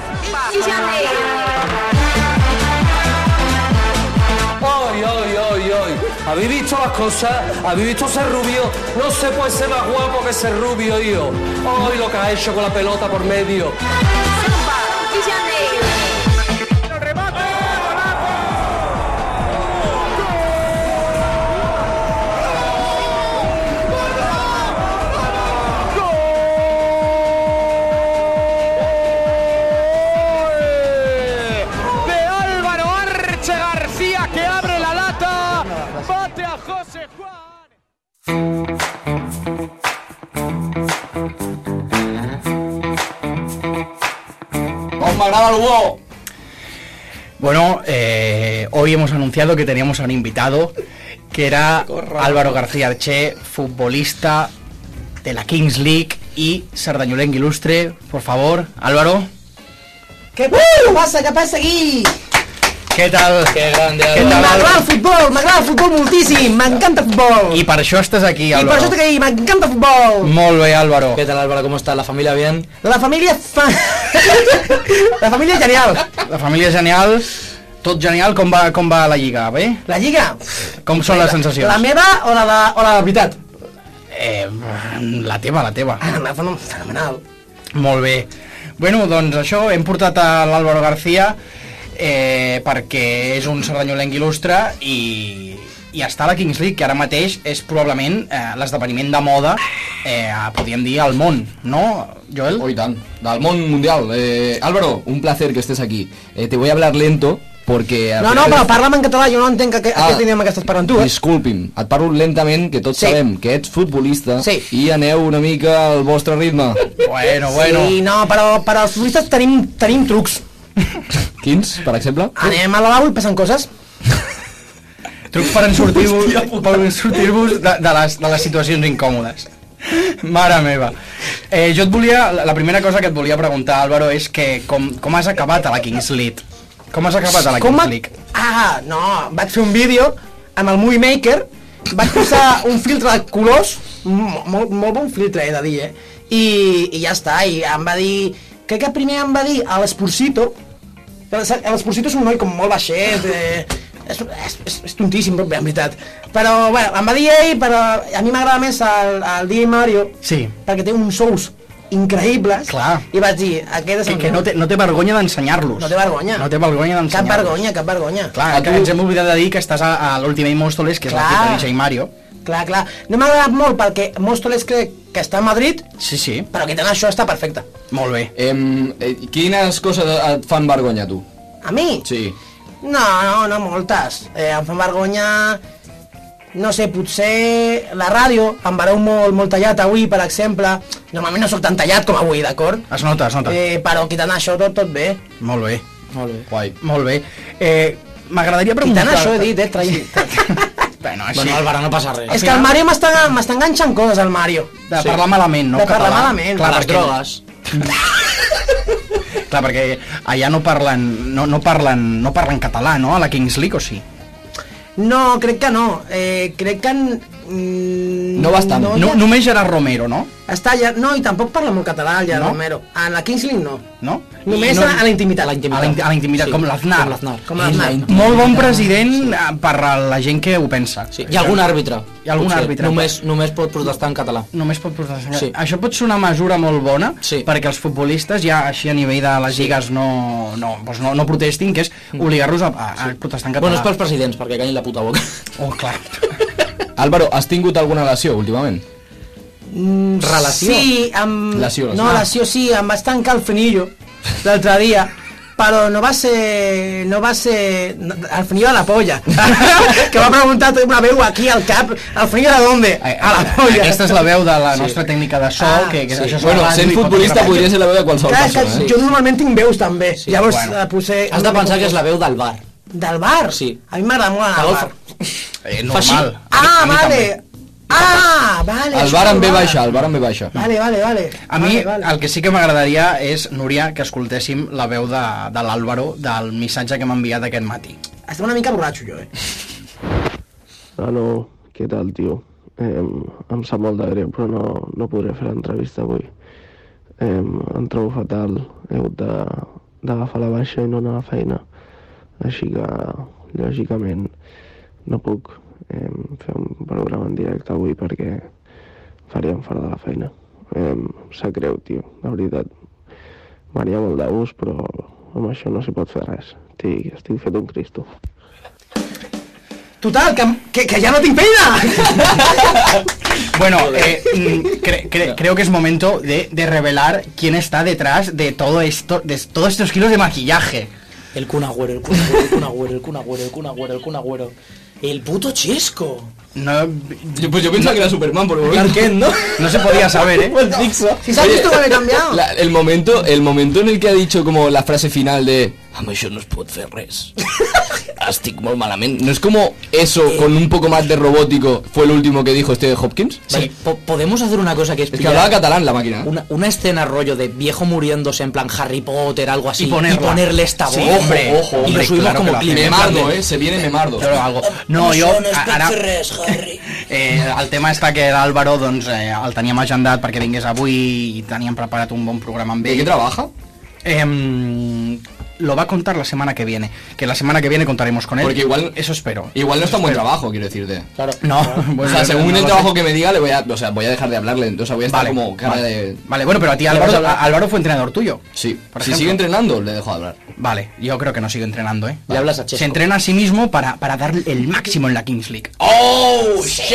S9: ¿Habéis visto las cosas? ¿Habéis visto ser rubio? No se puede ser más guapo que ser rubio, yo. Hoy lo que ha hecho con la pelota por medio.
S6: samba, de janeiro.
S8: De Álvaro Arche García que abre la lata. Bate a José Juan.
S2: ¡Os m'agrada el huevo!
S3: Bueno, eh, hoy hemos anunciado que teníamos a un invitado que era Álvaro García Arché, futbolista de la Kings League y sardañolengue ilustre. Por favor, Álvaro,
S1: ¿Qué pasa? ¿Qué pasa aquí?
S3: ¿qué tal?
S4: Qué grande,
S3: ¿Qué tal,
S4: Álvaro.
S1: M'agrada
S3: Álvaro?
S1: el futbol, m'agrada el futbol moltíssim, m'encanta el futbol.
S3: I per això estàs aquí,
S1: I per
S3: Álvaro.
S1: això que hi, m'encanta el futbol.
S3: Molt bé, Álvaro.
S4: ¿Qué tal Álvaro? ¿Cómo estás? ¿La familia bien?
S1: La família... Fa... la família és genial.
S3: La família és genial, tot genial. Com va, com va la lliga, bé?
S1: La lliga,
S3: Com són les sensacions?
S1: la meva o la de, o la de veritat?
S3: Eh, la teva, la teva.
S1: Ah, la meva fenom- fenomenal.
S3: Molt bé. Bueno, doncs això, hem portat a l'Àlvaro García eh, perquè és un sardanyolenc il·lustre i, i està a la Kings League, que ara mateix és probablement eh, l'esdeveniment de moda, eh, a- podríem dir, al món, no, Joel?
S2: Hoy tan, del món mundial. Eh, Álvaro, un placer que estés aquí. Eh, te voy a hablar lento porque...
S1: No, no, però parla'm en català, jo no entenc que, que ah. aquest idioma que estàs parlant tu, eh?
S2: Disculpi'm, et parlo lentament, que tots
S1: Sí.
S2: sabem que ets futbolista
S1: Sí.
S2: i aneu una mica al vostre ritme.
S3: Bueno, bueno.
S1: Sí, no, però per als futbolistes tenim, tenim trucs.
S2: Quins, per exemple?
S1: Anem al lavabo i passen coses.
S3: Trucs per en sortir-vos per sortir-vos de, de, les, de les situacions incòmodes. Mare meva. Eh, jo et volia... La la primera cosa que et volia preguntar, Álvaro, és que com, com has acabat a la Kings League? Com has acabat a la
S1: Com
S3: Kings
S1: va...
S3: League?
S1: Ah, no, vaig fer un vídeo amb el Movie Maker, vaig posar un filtre de colors, mo- molt, molt bon filtre, he de dir, eh? I, I ja està, i em va dir... Crec que primer em va dir a l'Esporcito, que l'Es- l'Esporcito és un noi com molt baixet, eh, és, és, és, és tontíssim, però bé, en veritat. Però, bueno, em va dir ell, però a mi m'agrada més el, el Di Mario,
S3: Sí.
S1: perquè té uns sous increïbles,
S3: Clar.
S1: i vaig dir, aquest és
S3: Que,
S1: el
S3: que no,
S1: meu.
S3: té, no té vergonya d'ensenyar-los.
S1: No té vergonya.
S3: No té vergonya
S1: Cap
S3: d'ensenyar-los.
S1: vergonya, cap vergonya.
S3: Clar,
S2: A
S3: que
S2: tu-
S3: ens hem oblidat de dir que estàs a, a l'Ultimate Monsters, que és
S1: Clar.
S3: l'equip de DJ Mario.
S1: Clar, clar. No m'ha agradat molt perquè Móstoles crec que està a Madrid,
S3: Sí, sí.
S1: però que tant això està perfecte.
S3: Molt bé.
S2: Em, eh, quines coses et fan vergonya, a tu?
S1: A mi?
S2: Sí.
S1: No, no, no moltes. Eh, em fan vergonya... No sé, potser la ràdio, em vareu molt, molt tallat avui, per exemple. Normalment no sóc tan tallat com avui, d'acord?
S3: Es nota, es nota.
S1: Eh, però quitant això tot, tot bé.
S3: Molt bé.
S2: Guai.
S3: Molt bé. Eh, M'agradaria preguntar...
S1: Quitant això he dit, eh, traient.
S3: Bueno, així...
S4: Bueno, Álvaro, no pasa res.
S1: És que el Mario m'està m'està enganxant coses, el Mario.
S3: De parlar malament, no?
S1: De parlar
S3: Català.
S1: malament.
S3: Clar,
S1: De
S4: Las
S3: perquè,
S4: drogas.
S3: Clar, perquè allà no parlen, no, no, parlen, no parlen català, no? A la Kings League, o sí?
S1: No, crec que no. Eh, crec que... Mm,
S2: No bastant.
S1: hi
S3: No,
S1: ha-
S3: només Gerard Romero, no?
S1: Està allà... No, i tampoc parla molt català el Gerard
S3: No?
S1: Romero. A la Kingsling no.
S3: No?
S1: Només
S3: no,
S1: a, a la intimitat.
S4: A la
S3: a la, in- a la intimitat,
S4: Sí,
S3: com l'Aznar.
S4: com l'Aznar.
S1: Com l'Aznar.
S3: Molt bon president eh, per a la gent que ho pensa.
S4: Sí. I algun àrbitre.
S3: I algun
S4: potser.
S3: àrbitre.
S4: Només, només pot protestar en català.
S3: Només pot portar
S4: Sí.
S3: sí. Això pot ser una mesura molt bona
S4: Sí.
S3: perquè els futbolistes ja així a nivell de les lligues no, no, doncs no, no protestin, que és obligar-los a, a, a protestar en català.
S4: Bueno, és pels presidents, perquè callin la puta boca.
S3: Oh, clar.
S2: Álvaro, has tingut alguna lesió últimament?
S4: Relació.
S1: Mm, Sí, amb...
S2: Lació, lació.
S1: No,
S2: Ah.
S1: lació sí, em va estancar el frenillo l'altre dia. Però no va ser... No va ser... no, El frenillo de la polla. que m'ha preguntat una veu aquí al cap. El frenillo de dónde? A la polla.
S3: Aquesta és Eh, ah, la veu de la nostra tècnica de so,
S1: Ah,
S3: que, que
S4: sí.
S3: això és
S2: Bueno,
S3: una
S2: sent
S3: ràdio i pot
S2: futbolista
S3: gravar.
S2: podria ser la veu de qualsevol
S1: Clar, és que
S2: persona, eh?
S1: jo normalment tinc veus també. Llavors
S3: bueno.
S1: eh, posé...
S4: Has de pensar que és la veu del bar.
S1: Del bar?
S4: Sí.
S1: A mi m'agrada molt anar al
S4: Adolfo.
S1: bar.
S3: Eh,
S4: Faci-
S3: normal.
S1: Ah,
S3: mi
S1: vale. Ah, vale.
S2: El
S1: això
S2: bar em
S1: no
S2: en B
S1: va.
S2: baixa, el bar en B baixa.
S1: Vale, vale, vale.
S3: A mi
S1: Vale, vale.
S3: el que sí que m'agradaria és, Núria, que escoltéssim la veu de, de l'Àlvaro del missatge que m'ha enviat aquest matí.
S1: Estava una mica borratxo, jo, eh?
S10: Aló, Ah, què tal, tio? Eh, em sap molt de greu, però no, no podré fer l'entrevista avui. Eh, em trobo fatal. He hagut de- d'agafar la baixa i no anar a la feina. Així que, lògicament, no puc. em, fer un programa en directe avui perquè faríem fora de la feina. Em, sap greu, tio, la veritat. M'aria molt de gust, però amb això no s'hi pot fer res. Estic, estic fet un cristo.
S1: Total, que, que, que ya no tinc feina.
S3: Bueno, eh, mm, cre- cre- creo que es momento de, de revelar quién está detrás de todo esto, de todos estos kilos de maquillaje.
S4: El Kun Agüero, el Kun Agüero, el Kun Agüero, el Kun Agüero, el Kun Agüero, el Kun Agüero. El puto Chesco.
S3: No,
S2: pues yo pensaba que era Superman por el momento.
S4: ¿no?
S3: No se podía saber, ¿eh?
S2: Pues Dixon.
S1: Si sabes tú que me he cambiado.
S2: La- el, momento, el momento en el que ha dicho como la frase final de Amb això no es pot fer res. Estic molt malament. No es como eso con un poco más de robótico fue lo último que dijo este Hopkins.
S4: Vale, po- podemos hacer una cosa que es,
S2: Es que
S4: pillar
S2: hablaba catalán la máquina. ¿eh?
S4: Una, una escena rollo de viejo muriéndose en plan Harry Potter, algo así.
S3: Y ponerla.
S4: ponerle esta voz.
S3: Sí, hombre,
S2: ojo,
S4: y lo
S2: hombre,
S4: subimos
S3: claro que
S4: como
S3: lo
S4: clip.
S3: hacemos.
S4: en plan
S2: Memardo,
S4: de-
S2: eh, se viene Memardo.
S3: Yo lo hago. No, jo... Ara,
S4: Harry.
S3: eh, el tema està que l'Àlvaro doncs, eh, el teníem agendat perquè vingués avui i teníem preparat un bon programa amb
S2: ¿De
S3: ell.
S2: qué trabaja?
S3: Em, lo va a contar la semana que viene. Que la semana que viene contaremos con él.
S2: Porque igual-
S3: Eso espero.
S2: Igual no está en buen trabajo, quiero decirte.
S4: Claro.
S3: No,
S2: O
S3: bueno,
S2: sea, según
S3: no
S2: el
S3: lo
S2: trabajo
S3: sé.
S2: que me diga, le voy a, o sea, voy a dejar de hablarle. Entonces voy a estar
S3: Vale,
S2: como cara
S3: vale.
S2: de...
S3: Vale, bueno, pero a ti
S2: Le vas a
S3: Álvaro,
S2: hablar.
S3: a- Álvaro fue entrenador tuyo.
S2: Sí,
S3: Por
S2: si
S3: ejemplo.
S2: sigue entrenando, le dejo de hablar.
S3: Vale, yo creo que no sigue entrenando, ¿eh?
S4: Le hablas a Chesco.
S3: Se entrena a sí mismo para, para dar el máximo en la Kings League.
S2: ¡Oh, shit!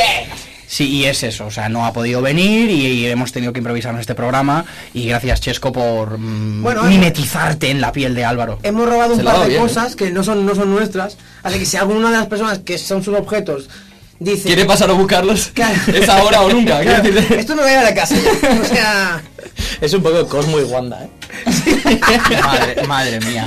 S3: Sí, y es eso, o sea, no ha podido venir y, y hemos tenido que improvisar en este programa. Y gracias, Chesco, por mm,
S1: Bueno, eh.
S3: mimetizarte en la piel de Álvaro.
S4: em-
S1: Hemos robado
S2: Se
S1: un
S2: la
S1: par
S2: ha
S1: de
S2: dado bien, ¿eh?
S1: cosas que no son, no son nuestras. Así que si alguna de las personas que son sus objetos dice...
S2: ¿Quiere pasar a buscarlos?
S1: Claro.
S2: Es ahora o nunca. quiero
S1: Claro,
S2: decirte.
S1: esto me va a ir a la casa. O sea...
S4: Es un poco Cosmo y Wanda, ¿eh?
S3: madre, madre mía.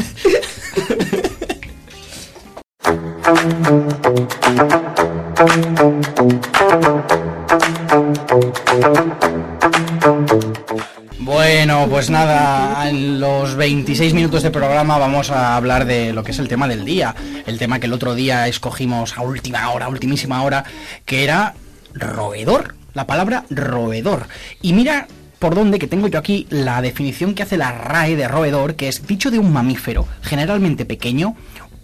S3: Bueno, pues nada, en los 26 minutos de programa vamos a hablar de lo que es el tema del día. El tema que el otro día escogimos a última hora, ultimísima hora, que era roedor. La palabra roedor. Y mira por dónde que tengo yo aquí la definición que hace la RAE de roedor, que es dicho de un mamífero, generalmente pequeño,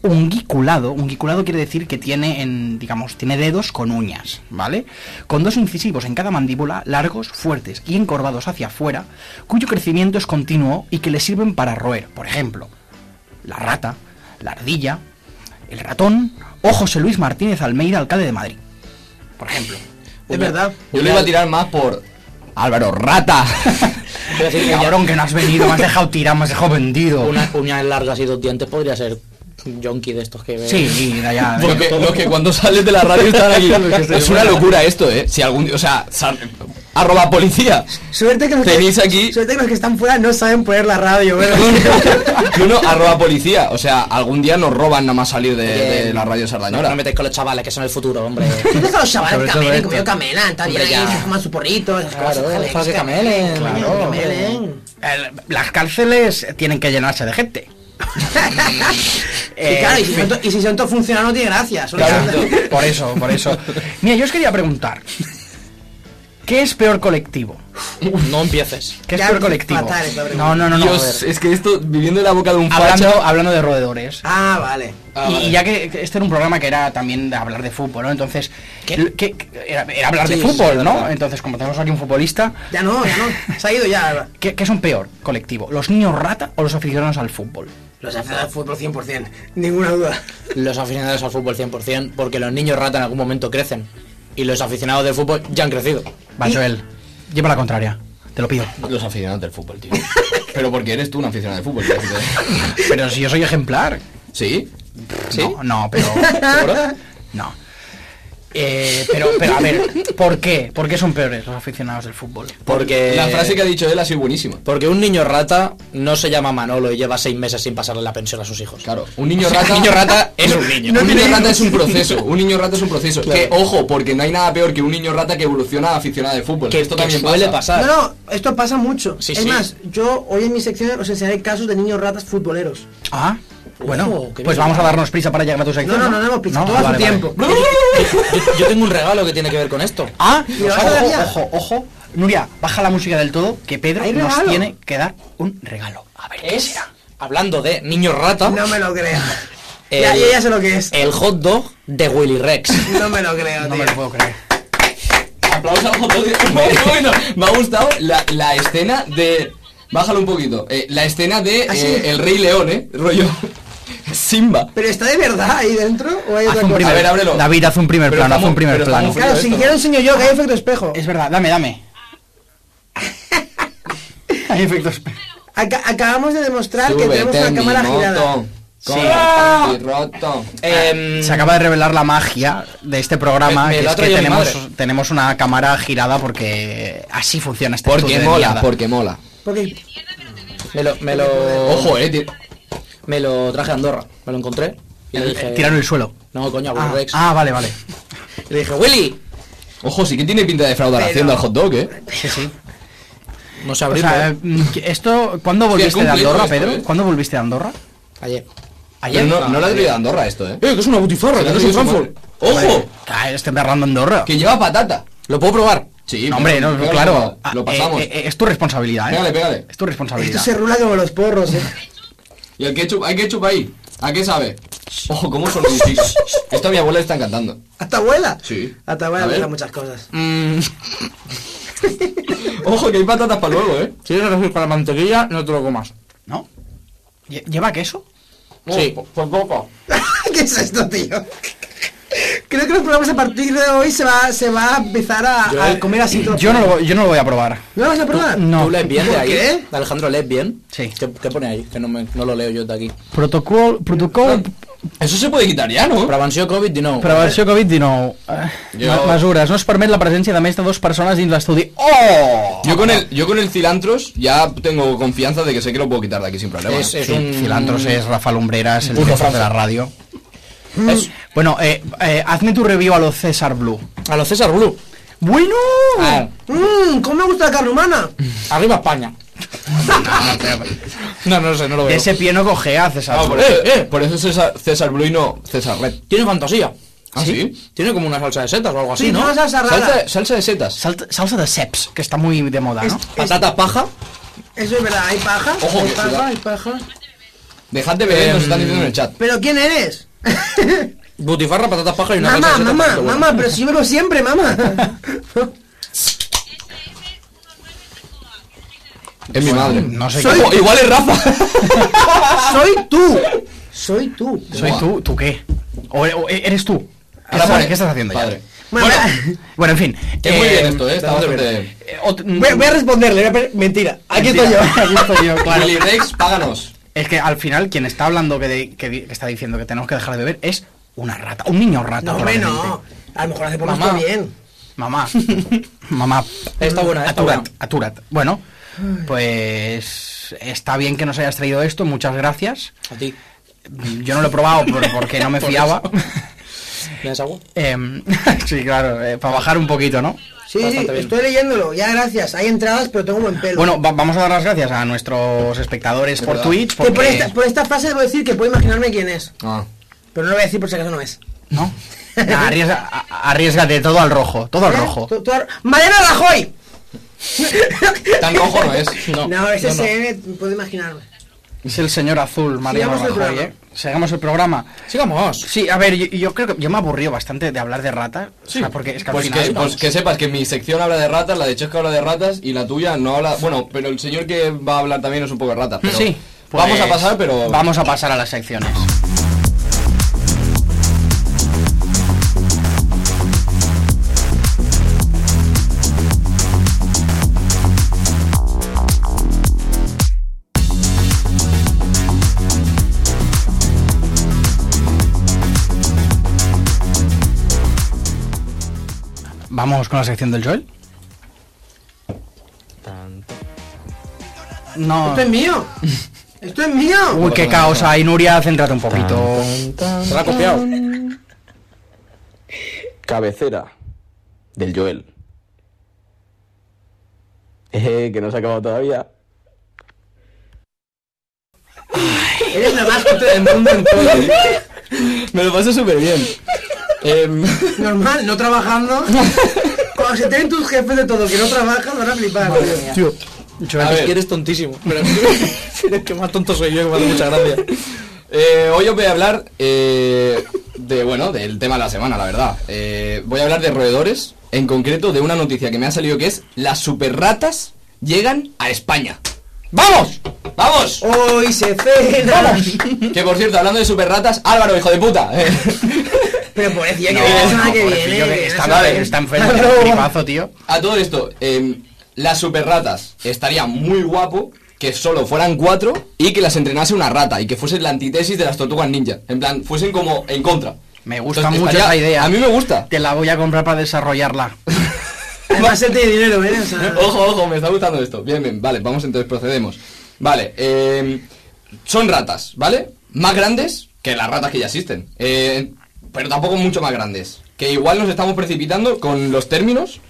S3: unguiculado. Unguiculado quiere decir que tiene, en, digamos, tiene dedos con uñas, ¿vale? Con dos incisivos en cada mandíbula, largos, fuertes y encorvados hacia afuera, cuyo crecimiento es continuo y que le sirven para roer, por ejemplo, la rata, la ardilla, el ratón o José Luis Martínez Almeida, alcalde de Madrid, por ejemplo.
S1: Es verdad.
S2: Yo le iba a tirar más por Álvaro Rata.
S4: Quiero decir que ya-
S3: Cabrón, que no has venido, me has dejado tirar, me has dejado vendido.
S4: Unas uñas largas y dos dientes podría ser un yonki de estos que ve.
S3: Sí, sí, ya, ya.
S2: Los que, los que cuando sales de la radio están aquí. es una locura esto, ¿eh? Si algún día, o sea, sal- arroba policía.
S1: Suerte que, los
S2: Tenéis
S1: que,
S2: aquí-
S1: suerte que los que están fuera no saben poner la radio. ¿verdad?
S2: No, no, arroba policía. O sea, algún día nos roban nada más salir de,
S4: Oye,
S2: de la radio
S4: No, no
S2: sardañola.
S4: metéis con los chavales que son el futuro, hombre.
S1: ¿Dónde están los
S3: Sobre
S1: chavales
S3: todo
S1: camelen?
S3: esto.
S1: Comido camelan, está bien
S4: Hombre,
S1: ahí,
S4: ya.
S1: se fuman su porrito, esas
S4: Claro,
S1: cosas.
S4: deja que camelen,
S1: coño,
S4: claro,
S1: camelen.
S3: El- las cárceles tienen que llenarse de gente. Eh,
S1: y claro, y si son to- y si son todos funcionarios no tiene gracia. son-
S3: claro, por eso, por eso. Mira, yo os quería preguntar. ¿Qué es peor colectivo?
S4: No empieces.
S3: ¿Qué es
S1: Ya,
S3: peor colectivo?
S1: fatal esta pregunta.
S3: No, no, no, no.
S2: Dios, es que esto, viviendo en la boca de un
S3: Hablando,
S2: facha...
S3: hablando de roedores.
S1: Ah, vale.
S2: Ah,
S3: y,
S2: vale.
S3: y ya que que este era un programa que era también de hablar de fútbol, ¿no? Entonces,
S4: ¿Qué?
S3: que- que era, era hablar de
S4: Sí,
S3: fútbol,
S4: sí,
S3: ¿no?
S4: verdad.
S3: Entonces, como tenemos aquí un futbolista,
S1: Ya no, ya no. Se ha ido ya.
S3: ¿qué, qué son peor colectivo? ¿Los niños rata o los aficionados al fútbol?
S1: Los hace al fútbol 100%. Ninguna duda.
S4: Los aficionados al fútbol 100%, porque los niños rata en algún momento crecen. Y los aficionados del fútbol ya han crecido.
S3: Va, Joel, lleva la contraria. Te lo pido.
S2: Los aficionados del fútbol, tío. Pero porque eres tú un aficionado del fútbol. quiero decirte.
S3: Pero si yo soy ejemplar.
S2: ¿Sí? ¿Sí?
S3: No, no, pero.
S2: ¿Seguro?
S3: No. Eh, pero, pero, a ver, ¿por qué? ¿Por qué son peores los aficionados del fútbol?
S4: Porque.
S2: La frase que ha dicho él ha sido buenísima.
S4: Porque un niño rata no se llama Manolo y lleva seis meses sin pasarle la pensión a sus hijos.
S2: Claro, un niño
S4: sea,
S2: rata.
S4: un niño rata es un niño.
S2: Un
S4: No
S2: niño
S4: tiene
S2: rata
S4: hijos.
S2: es un proceso. Un niño rata es un proceso.
S4: Claro.
S2: Que ojo, porque no hay nada peor que un niño rata que evoluciona a aficionado de fútbol.
S4: Que
S2: esto también
S4: suele
S2: pasa.
S4: pasar.
S1: No, no, esto pasa mucho.
S4: Sí,
S1: es
S4: sí.
S1: más, yo hoy en mi sección os enseñaré casos de niños ratas futboleros.
S3: Ah, bueno,
S4: Ojo, qué
S3: pues
S4: bien.
S3: vamos a darnos prisa para llegar a tu
S1: No,
S3: sección.
S1: no, no, no, hemos pisado
S3: No,
S1: todo
S3: ah,
S1: a su
S3: vale, vale.
S1: tiempo.
S4: Yo, yo tengo un regalo que tiene que ver con esto.
S3: Ah,
S1: ¿Y lo vas a dar ya?
S3: ojo, ojo, ojo. Nuria, baja la música del todo, que Pedro
S1: ¿Hay
S3: nos
S1: regalo?
S3: tiene que dar un regalo. A ver, ¿qué será?
S4: Hablando de niño rata,
S1: No me lo creas.
S3: Eh,
S1: Ya- ya- ya sé lo que es.
S4: El hot dog de Willy Rex.
S1: No me lo creo, tío. No me lo puedo creer.
S2: Aplausos al botón. Bueno, me ha gustado la, la escena de. Bájalo un poquito. Eh, la escena de
S1: ¿Ah, sí?
S2: eh, El Rey León, ¿eh? Rollo. Simba.
S1: ¿Pero está de verdad ahí dentro o hay otra
S3: un
S1: cosa?
S3: primer- A ver, ábrelo. David, haz un primer Pero plano, haz un estamos- primer pero plano. estamos
S1: Claro,
S3: frío
S1: si
S3: esto.
S1: quiero enseño yo, que hay efecto espejo.
S3: Es verdad, dame, dame. Hay efectos espejo.
S1: Aca- acabamos de demostrar que
S3: Súbete
S1: tenemos una
S3: mi
S1: cámara
S3: moto.
S1: girada.
S3: Sí.
S2: Ah.
S3: Ah,
S4: Em,
S3: Se acaba de revelar la magia de este programa,
S2: Me- me
S3: que
S2: la
S3: es
S2: ha
S3: que
S2: traído mi
S3: tenemos, tenemos una cámara girada porque así funciona este
S2: Porque
S3: estudio de
S2: mola,
S3: mierda.
S2: porque mola.
S1: Porque
S4: Me lo, me lo.
S2: Ojo, eh. ti-
S4: Me lo traje a Andorra. Me lo encontré. Y le dije.
S3: Tíralo en el suelo.
S4: No, coño, a Willy
S3: Ah,
S4: Rex.
S3: ah, vale, vale.
S4: Y le dije, Willy.
S2: Ojo, sí que tiene pinta de fraudar
S4: Pero-
S2: haciendo al hot dog, eh.
S3: Sí, sí.
S4: No se
S3: O
S4: abrió.
S3: sea, mm, esto, ¿cuándo
S2: Sí,
S3: volviste de
S2: cumplido
S3: Andorra,
S2: esto,
S3: Pedro?
S2: eh.
S3: ¿Cuándo volviste de Andorra?
S4: Ayer.
S2: Pero no, no le ha traído a Andorra esto, eh.
S4: que es una butifarra,
S2: que no es un Frankfurt. ¡Ojo!
S3: Ah, estoy hablando de Andorra.
S2: Que lleva patata.
S4: ¿Lo puedo probar?
S2: Sí,
S3: No, hombre, no,
S2: pégale,
S3: claro.
S2: pégale. Lo
S3: Ah, eh,
S2: pasamos.
S3: eh, eh, es tu responsabilidad, ¿eh?
S2: Pégale, pégale.
S3: Es tu responsabilidad.
S1: Esto se rula como los porros, eh.
S2: ¿Y el ketchup? ¿Hay ketchup ahí? ¿A qué sabe? Ojo, cómo solidifica. Esto a mi abuela le está encantando.
S1: ¿Hasta abuela?
S2: Sí.
S1: Hasta
S2: A
S1: abuela le
S2: ver.
S1: gustan muchas cosas.
S2: Ojo, que hay patatas para luego, eh.
S11: Si eres refil con la mantequilla, no te lo comas.
S3: ¿No? ¿Lle- ¿Lleva queso?
S4: Sí.
S11: Por poco.
S1: ¿Qué es esto, tío? Creo que los programas a partir de hoy se va, se va a empezar a, a comer así todo.
S3: Yo no, lo, voy- yo no lo voy a probar.
S1: ¿No lo vas a probar?
S3: No.
S4: ¿Tú lees bien de
S1: ¿Por
S4: ahí? eh.
S1: qué?
S4: Alejandro, ¿lees bien?
S3: Sí.
S4: ¿Qué, qué pone ahí? Que no, me, no lo leo yo de aquí.
S3: Protocol, protocol,
S2: Eso se puede quitar ya, ¿no?
S4: Prevenció Covid, no.
S3: prevenció Covid-19. Eh,
S2: Jo.
S3: me- Mesures. No es permet la presència de més de dues persones dins l'estudi. Oh!
S2: Yo con el, yo con el cilantros ya tengo confianza de que sé que lo puedo quitar de aquí sin problema.
S4: Es- es
S3: Sí,
S4: un...
S3: Cilantros es Rafa Lumbreras, el
S4: Puto
S3: jefe
S4: Franco.
S3: de la radio.
S2: Mm.
S4: Es-
S3: Bueno, eh, eh, hazme tu review a lo César Blue.
S4: A los César Blue.
S3: ¡Bueno!
S4: Ah,
S1: Mmm, ¿cómo me gusta la carne humana?
S11: Arriba España. No, no sé, no lo
S3: De
S11: veo.
S3: ese pie no cogea, César
S2: Ah,
S3: Blue.
S2: por,
S4: Eh,
S2: eso,
S4: eh.
S2: por eso es César, César Blue y no César Red.
S4: Tiene fantasía.
S2: ¿Ah, sí?
S4: Tiene como una salsa de setas o algo así,
S1: Sí,
S4: ¿no?
S1: una salsa rara.
S2: Salsa, salsa de setas.
S3: Salta- salsa de ceps, que está muy de moda, ¿no?
S4: Patata paja.
S1: Eso es verdad, hay paja.
S2: Ojo,
S1: hay
S2: que
S1: paja,
S2: cuidado.
S1: hay paja.
S2: Dejad de
S4: Em,
S2: beber, nos están diciendo en el chat.
S1: ¿Pero quién eres?
S4: Butifarra, patata paja y una
S1: mamá,
S4: salsa de setas
S1: mamá,
S4: bastante buena.
S1: mamá, pero si yo bebo siempre, mamá.
S2: Es mi madre.
S3: No sé
S2: Soy-
S3: qué.
S2: Igual es Rafa.
S1: Soy tú. Soy tú.
S3: ¿Soy tú? ¿Tú qué? ¿O, o eres tú? ¿Qué
S2: Ahora
S3: estás,
S2: pone-
S3: qué estás haciendo ya?
S2: Padre.
S1: Bueno,
S3: Bueno, en fin.
S2: Que muy bien esto, eh, está
S3: vamos a ver.
S2: bastante-
S3: Eh, ot-
S1: voy, a- voy a responderle. voy a pre- Mentira, aquí estoy yo.
S3: Mentira, Aquí estoy yo, claro.
S2: Willy Rex, páganos.
S3: Es que al final quien está hablando que, de- que di- que está diciendo que tenemos que dejar de beber es una rata, un niño rata.
S1: No, hombre, no.
S3: probablemente.
S1: A lo mejor hace por esto
S4: Mamá.
S1: bien.
S3: Mamá, mamá.
S4: Está buena, está
S3: Aturat,
S4: buena.
S3: aturat. Bueno, pues está bien que nos hayas traído esto, muchas gracias.
S4: A ti.
S3: Yo no lo he probado por- porque no me
S4: Por
S3: fiaba.
S4: ¿Me das agua?
S3: Em, sí, claro, eh, para bajar un poquito, ¿no?
S1: Sí, sí,
S4: Bastante bien.
S1: estoy leyéndolo. Ya, gracias. Hay entradas, pero tengo buen pelo.
S3: Bueno, va- vamos a dar las gracias a nuestros espectadores por
S2: verdad.
S3: Twitch.
S1: Que por,
S3: porque-
S1: esta, por esta frase debo decir que puedo imaginarme quién es.
S2: Ah.
S1: Pero no lo voy a decir por si acaso no es.
S3: ¿No? Nah, arriesga- a- arriesgate todo al rojo, todo al
S1: ¿Eh?
S3: rojo.
S1: Tú- tú ar- ¡Mariano Rajoy!
S2: Tan rojo no es.
S1: No, ese se puedo imaginarme.
S3: Ah. Es el señor azul, Mariano
S1: Sigamos el
S3: Rajoy,
S1: programa.
S3: ¿eh? Sigamos el programa.
S4: Sigamos.
S3: Sí, a ver, yo, yo creo que yo me aburrió bastante de hablar de ratas. o sea, porque es que al
S2: Pues,
S3: final...
S2: que, pues que sepas que mi sección habla de ratas, la de Chesca habla de ratas y la tuya no habla. Bueno, pero el señor que va a hablar también es un poco de ratas. pero
S3: sí.
S2: vamos a
S3: pues,
S2: pasar, pero.
S3: Vamos a pasar a las secciones. Vamos con la sección del Joel. No.
S1: ¡Esto
S2: Este
S1: es mío! ¡Esto es mío!
S3: Uy, qué caos hay, Nuria, céntrate un poquito.
S4: Se la ha copiado.
S7: Cabecera del Joel. Eh, que no se ha acabado todavía.
S1: Eres lo más puto del mundo
S2: Me lo paso súper bien.
S1: Normal, no trabajando. Cuando se te ven tus jefes de todo que no trabajan, van a flipar. tío.
S4: Tío.
S2: a
S4: es
S2: ver,
S4: que eres tontísimo. Pero es que más tonto soy yo, que me hace mucha gracia.
S2: Eh, hoy os voy a hablar eh, de, bueno, del tema de la semana, la verdad. Eh, voy a hablar de roedores, en concreto de una noticia que me ha salido que es las superratas llegan a España. ¡Vamos! ¡Vamos!
S1: ¡Hoy se cena!
S2: Que por cierto, hablando de superratas, Álvaro, hijo de puta. eh,
S1: Pero pobrecillo, que
S2: No,
S1: viene la semana que viene.
S3: pobrecillo, que
S1: viene la
S3: está
S1: semana
S3: mal,
S1: que viene.
S3: está enfermo, está
S1: Claro.
S3: gripazo, tío.
S2: A todo esto, eh, las superratas estaría muy guapo que solo fueran cuatro y que las entrenase una rata y que fuesen la antítesis de las tortugas ninja. En plan, fuesen como en contra.
S3: Me gusta
S2: Entonces,
S3: mucho
S2: estaría-
S3: esa idea.
S2: A mí me gusta.
S3: Te la voy a comprar para desarrollarla.
S1: Además, el de dinero, ¿eh? O sea,
S2: Ojo, ojo, me está gustando esto. Bien, bien, vale, vamos entonces, procedemos. Vale, eh, son ratas, ¿vale? Más grandes que las ratas que ya existen. Eh, pero tampoco mucho más grandes. Que igual nos estamos precipitando con los términos.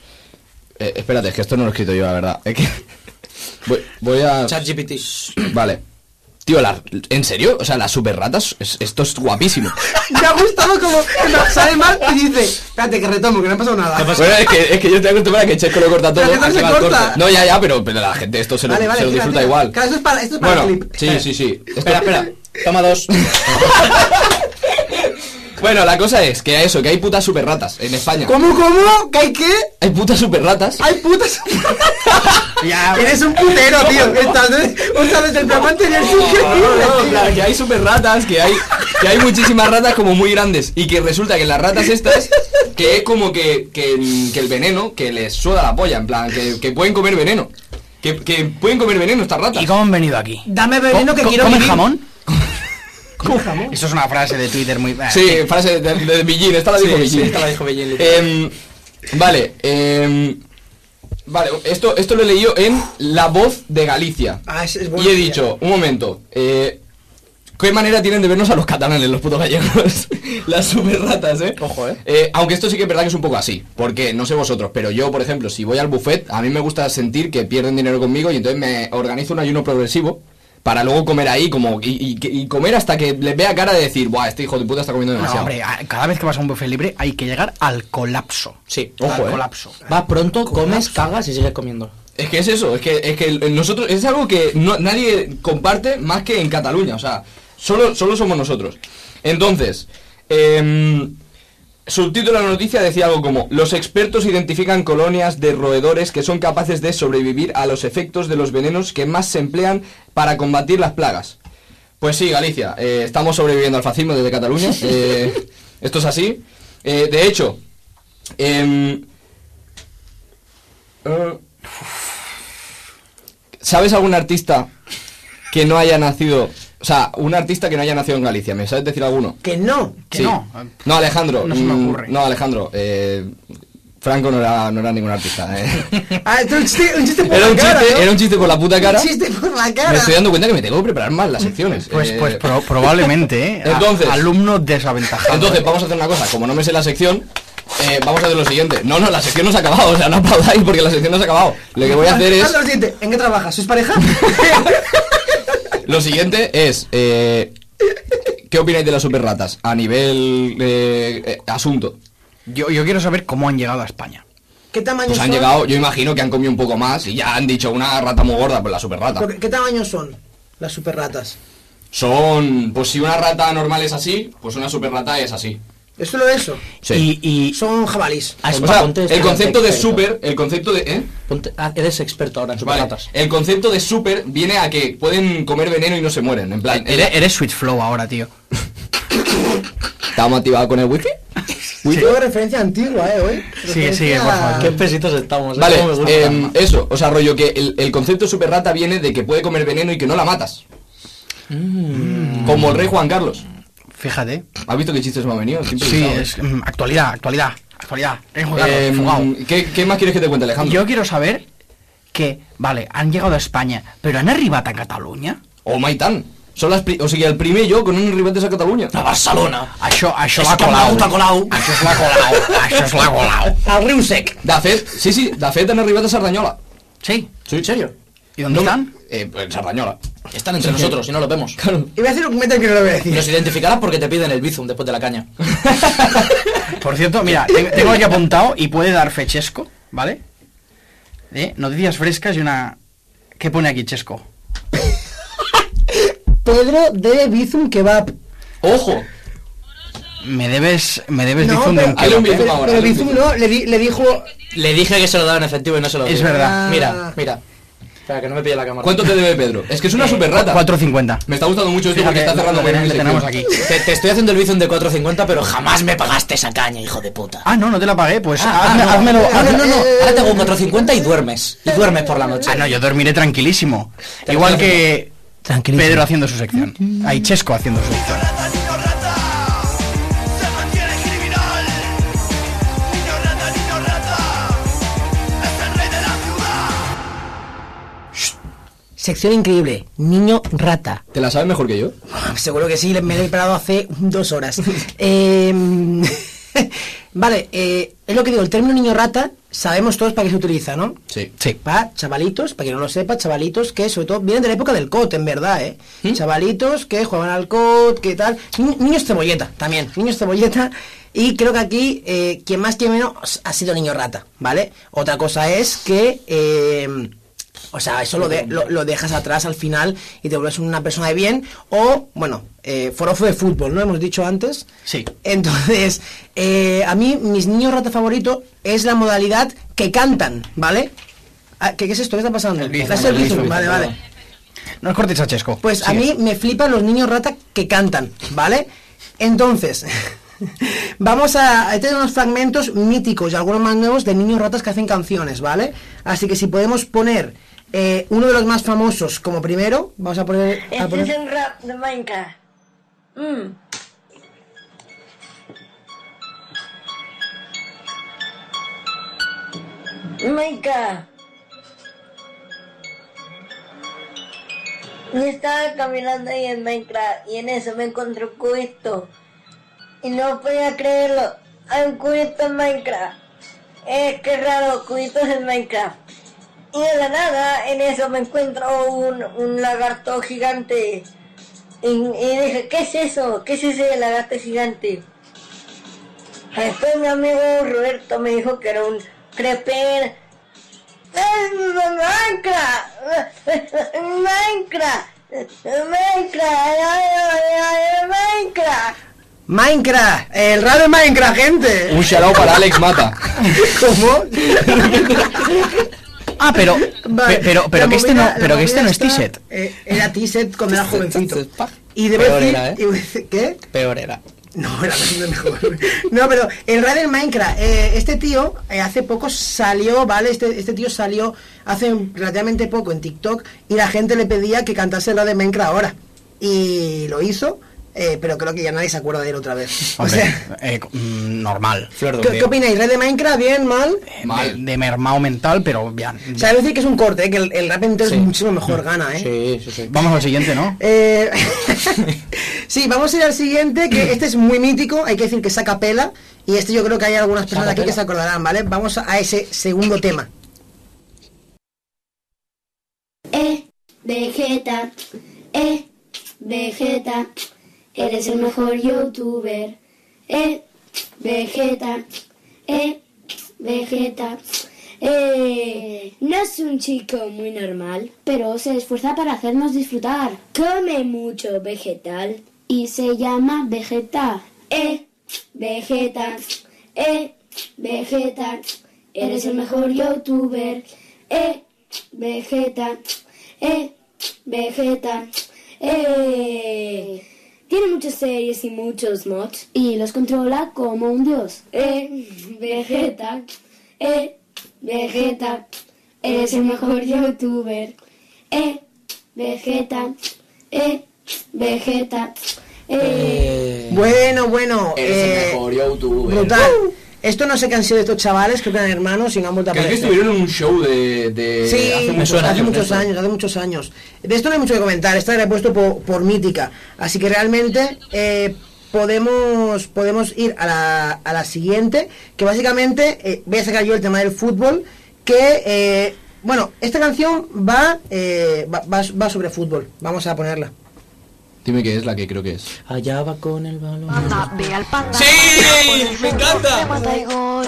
S2: Eh, espérate, es que esto no lo he escrito yo, la verdad. Es que voy, voy a...
S4: ChatGPT.
S2: Vale. Tío, la- ¿en serio? O sea, las super ratas, esto es guapísimo.
S1: Me ha gustado como no, sale mal y dice, espérate que retomo, que no ha pasado nada.
S2: Pues, Bueno, es que, es que yo estoy acostumbrado a que Checo lo corta todo.
S1: Pero que no
S2: aquí
S1: se
S2: va el
S1: corta.
S2: corte. No, ya, ya, pero, pero la gente esto se lo,
S1: Vale, vale,
S2: se lo
S1: tira,
S2: disfruta
S1: tira.
S2: igual.
S1: Claro, esto es para, esto es para
S2: Bueno,
S1: el clip.
S2: sí, sí, sí.
S4: Espera, espera. Toma dos.
S2: Bueno, la cosa es que eso, que hay putas super ratas en España.
S1: ¿Cómo, cómo? ¿Qué hay qué?
S2: Hay putas super ratas.
S1: ¡Hay putas! Eres un putero, tío. Estás des- o sea, desde el programa anterior es increíble, tío.
S2: que hay super ratas, que hay, que hay muchísimas ratas como muy grandes. Y que resulta que las ratas estas, que es como que, que, que el veneno, que les suda la polla, en plan, que, que pueden comer veneno. Que, que pueden comer veneno estas ratas.
S3: ¿Y cómo han venido aquí?
S1: Dame
S3: ¿Comen
S1: veneno que quiero vivir.
S3: jamón?
S1: ¿Comes jamón?
S3: Eso es una frase de Twitter muy... eh,
S2: Sí, frase de, de Billín, esta la dijo
S4: Sí,
S2: Billín.
S4: sí, esta la dijo Bellín, literal.
S2: Em, vale, em, vale, esto, esto lo he leído en La Voz de Galicia.
S1: Ah, es, es
S2: Y
S1: bueno,
S2: he
S1: tío.
S2: dicho, un momento, eh, ¿qué manera tienen de vernos a los catalanes, los putos gallegos? Las super ratas, ¿eh?
S4: Ojo, ¿eh?
S2: Aunque esto sí que es verdad que es un poco así, porque no sé vosotros, pero yo, por ejemplo, si voy al buffet, a mí me gusta sentir que pierden dinero conmigo y entonces me organizo un ayuno progresivo. Para luego comer ahí como y, y- y comer hasta que les vea cara de decir, ¡buah, este hijo de puta está comiendo
S3: No,
S2: demasiado!
S3: hombre, a- cada vez que vas a un buffet libre hay que llegar al colapso.
S4: Sí.
S2: Ojo,
S3: al
S2: eh.
S3: colapso.
S4: Vas pronto, comes, cagas y sigues comiendo.
S2: Es que es eso, es que, es que el- nosotros es algo que no- nadie comparte más que en Cataluña, o sea, solo, solo somos nosotros. Entonces, em, subtítulo de la noticia decía algo como, los expertos identifican colonias de roedores que son capaces de sobrevivir a los efectos de los venenos que más se emplean para combatir las plagas. Pues sí, Galicia, eh, estamos sobreviviendo al fascismo desde Cataluña, eh, esto es así. Eh, de hecho, em, eh, ¿Sabes algún artista que no haya nacido, o sea, un artista que no haya nacido en Galicia? ¿Me sabes decir alguno?
S1: Que no.
S3: Que
S2: Sí.
S3: no.
S2: No, Alejandro.
S3: No se me
S2: mm,
S3: ocurre.
S2: No, Alejandro. eh, Franco no era, no era ningún artista. eh.
S1: Ah, esto es un chiste, un chiste por
S2: Era
S1: la
S2: un
S1: cara,
S2: chiste,
S1: ¿no?
S2: era un chiste por la puta cara.
S1: Un chiste por la
S2: Me
S1: cara.
S2: estoy dando cuenta que me tengo que preparar más las secciones.
S3: Pues,
S2: eh.
S3: pues pro- probablemente, ¿eh? A-
S2: Entonces-
S3: alumno desaventajado.
S2: Entonces,
S3: ¿eh?
S2: vamos a hacer una cosa. Como no me sé la sección, eh, vamos a hacer lo siguiente. No, no, la sección no se ha acabado. O sea, no aplaudáis porque la sección no se ha acabado. Lo que voy a hacer es...
S1: Anda, lo siguiente. ¿En qué trabajas? ¿Sois pareja?
S2: Lo siguiente es. eh, ¿Qué opináis de las superratas? A nivel. eh, eh, asunto.
S3: yo, yo quiero saber cómo han llegado a España.
S1: ¿Qué tamaño
S2: Pues han
S1: son?
S2: llegado, yo imagino que han comido un poco más y ya han dicho una rata muy gorda, pues la superrata.
S1: Porque, ¿Qué tamaño son las superratas?
S2: Son. Pues si una rata normal es así, pues una superrata es así.
S1: ¿Es solo eso?
S2: Sí.
S3: Y, y
S1: Son jabalís.
S4: Ah,
S2: O sea,
S4: ponte
S2: el
S4: este
S2: concepto de
S4: experto.
S2: super. El concepto de. ¿eh?
S4: Ponte- ah, eres experto ahora en
S2: Vale,
S4: superratas.
S2: El concepto de super viene a que pueden comer veneno y no se mueren. En plan.
S3: eres, eres Sweet Flow ahora, tío.
S2: ¿Estamos activados con el wifi?
S4: Pues
S1: Tengo referencia antigua, eh, hoy.
S3: Sigue, sigue, por
S1: Referencia-
S3: favor.
S4: Qué pesitos estamos. ¿eh?
S2: Vale,
S4: Cómo me gusta.
S2: em, eso, o sea, rollo que el, el concepto de superrata viene de que puede comer veneno y que no la matas. Como el rey Juan Carlos.
S3: Fíjate.
S2: ¿Has visto qué chistes me han venido? Qué
S3: Sí,
S2: improvisado.
S3: es mm, actualidad, actualidad, actualidad. Ven, Juan Carlos,
S2: Em,
S3: fugao.
S2: ¿qué, qué más quieres que te cuente, Alejandro?
S3: Yo quiero saber que, vale, han llegado a España, pero han arribat a Catalunya?
S2: O Maitán. Son las pri- o sigui, el primer yo con un rival de esa Cataluña.
S4: A Barcelona.
S3: Això, això
S4: És
S3: l'ha
S4: que amb
S3: colau.
S4: l'au t'ha colau.
S3: Això és la colau. Això és la colau.
S1: Al riu sec.
S2: De fet, sí, sí, de fet han arribat a Cerdanyola.
S3: Sí.
S2: Sí, en serio.
S3: I on estan?
S2: Eh, en Cerdanyola.
S4: Están entre nosotros y no los vemos.
S1: Y voy a hacer un comentario que no lo voy a decir.
S4: Nos identificarás porque te piden el bizum después de la caña.
S3: Por cierto, mira, te- tengo aquí apuntado y puede dar fe Chesco, ¿vale? ¿Eh? Noticias frescas y una... ¿Qué pone aquí Chesco?
S1: Pedro de Bizum Kebab.
S2: ¡Ojo!
S3: Me debes, me debes
S1: No,
S3: Bizum de
S1: pero,
S3: un kilo. ¿eh?
S1: pero- pero Bizum no, le, di- le dijo...
S4: Le dije que se lo daba en efectivo y no se lo
S3: Es
S4: di.
S3: verdad.
S4: Mira, mira. Espera, que no me pille la cámara.
S2: ¿Cuánto te debe Pedro? Es que
S4: Eh,
S2: es una super rata.
S3: 4.50.
S2: Me está gustando mucho esto porque está cerrando muy bien mi sección.
S4: Te, te estoy haciendo el bizum de 4.50, pero jamás me pagaste esa caña, hijo de puta.
S3: Ah, no, no te la pagué, pues
S4: Ah,
S3: hazme-
S4: no.
S3: házmelo.
S1: eh,
S4: Ah,
S3: hazme-
S4: no, no, no. Ahora tengo 4.50 y duermes. Y duermes por la noche.
S3: Ah, no, yo dormiré tranquilísimo. Igual que Pedro haciendo su sección. Ahí Chesco haciendo su sección.
S1: Sección increíble, niño rata.
S2: ¿Te la sabes mejor que yo?
S1: Seguro que sí, me lo he preparado hace dos horas. Eh, vale, eh, es lo que digo, el término niño rata sabemos todos para qué se utiliza, ¿no?
S2: Sí.
S1: Para chavalitos, para quien no lo sepa, chavalitos que sobre todo vienen de la época del COT, en verdad, ¿eh? Chavalitos que jugaban al COT, que tal. Ni- niños cebolleta también, niños cebolleta. Y creo que aquí, eh, quien más, quien menos, ha sido niño rata, ¿vale? Otra cosa es que... eh, o sea, eso lo, de- lo, lo dejas atrás al final y te vuelves una persona de bien. O, bueno, eh, forofo de fútbol, ¿no? Hemos dicho antes.
S3: Sí.
S1: Entonces, eh, a mí, mis niños rata favorito es la modalidad que cantan, ¿vale? Ah, ¿Qué, qué es esto? ¿Qué está pasando?
S3: bizum,
S1: Ah, es el
S3: el bizum,
S1: bizum, vale,
S3: perdón.
S1: vale.
S3: No cortes a Chesco.
S1: Pues a
S3: Sigue.
S1: mí me flipan los niños rata que cantan, ¿vale? Entonces, vamos a, a tener unos fragmentos míticos y algunos más nuevos de niños ratas que hacen canciones, ¿vale? Así que si podemos poner eh, uno de los más famosos como primero, vamos a poner... a
S12: Este
S1: poner-
S12: es un rap de Minecraft. Mm. Minecraft. Yo estaba caminando ahí en Minecraft y en eso me encontré un cubito. Y no podía creerlo. Hay un cubito en Minecraft. Es que raro, cubitos en Minecraft. Y de la nada, en eso me encuentro un, un lagarto gigante. Y, y dije, ¿qué es eso? ¿Qué es ese lagarto gigante? Después mi amigo Roberto me dijo que era un creper. ¡Es Minecraft! ¡Minecraft! ¡Minecraft! ¡Ay, ay, ay, Minecraft!
S1: Minecraft, el radio de Minecraft, gente.
S2: Un shout para Alex Mata.
S1: ¿Cómo?
S3: Ah, pero, pe- pero, pero
S1: La
S3: que este no,
S1: movida- la
S3: pero que este
S1: movida
S3: no es
S1: está-
S3: T-set.
S1: eh, era T-set cuando era jovencito. Y debo
S4: Peor
S1: decir,
S4: era, ¿eh?
S1: y debo decir- ¿qué?
S4: Peor era.
S1: No, era bastante mejor. No, pero el Red del Minecraft, eh, este tío eh, hace poco salió, ¿vale? Este, este tío salió hace relativamente poco en TikTok y la gente le pedía que cantase el Red del Minecraft ahora. Y lo hizo, eh, pero creo que ya nadie se acuerda de él otra vez. O
S3: Hombre,
S1: sea,
S3: eh, mm, normal.
S1: ¿qué, qué opináis? ¿Red de Minecraft? ¿Bien? ¿Mal?
S3: De, de mermao mental, pero bien.
S1: O sea, debo decir que es un corte, eh, que el, el rap entero es muchísimo mejor gana, ¿eh?
S4: Sí, sí, sí.
S3: Vamos al siguiente, ¿no?
S1: Eh, sí, vamos a ir al siguiente, que este es muy mítico, hay que decir que es a capela, y este yo creo que hay algunas personas aquí que se acordarán, ¿vale? Vamos a ese segundo tema.
S13: Eh, Vegeta, eh, Vegeta, eres el mejor youtuber. Eh, Vegeta, eh, Vegeta. Eh, no es un chico muy normal, pero se esfuerza para hacernos disfrutar. Come mucho vegetal y se llama Vegeta. Eh, Vegeta, eh, Vegeta, eres el mejor youtuber. Eh, Vegeta, eh, Vegeta, eh. Tiene muchas series y muchos mods. Y los controla como un dios. Eh, Vegeta, eh, Vegeta, eres el mejor youtuber. Eh, Vegeta, eh, Vegeta, eh.
S1: Bueno, bueno. eh,
S13: Eres el
S4: eh.
S2: mejor youtuber.
S1: Brutal. Esto no sé qué han sido estos chavales, creo que eran hermanos y no han vuelto a
S2: Creo que
S1: aparecer.
S2: estuvieron en un show de. de
S1: Sí,
S2: Eh, hace
S1: hace
S2: muchos
S1: muchos,
S2: años. ¿no?
S1: años, hace muchos años. De esto no hay mucho que comentar, esta la he puesto por, por mítica. Así que realmente eh, podemos, podemos ir a la, a la siguiente, que básicamente eh, voy a sacar yo el tema del fútbol, que, eh, bueno, esta canción va, eh, va, va- va sobre fútbol. Vamos a ponerla.
S2: Dime qué es la que creo que es.
S4: Allá va con el balón.
S6: Ve al panda.
S4: ¡Sí! ¡Me
S6: Te
S4: encanta!
S6: mata y gol.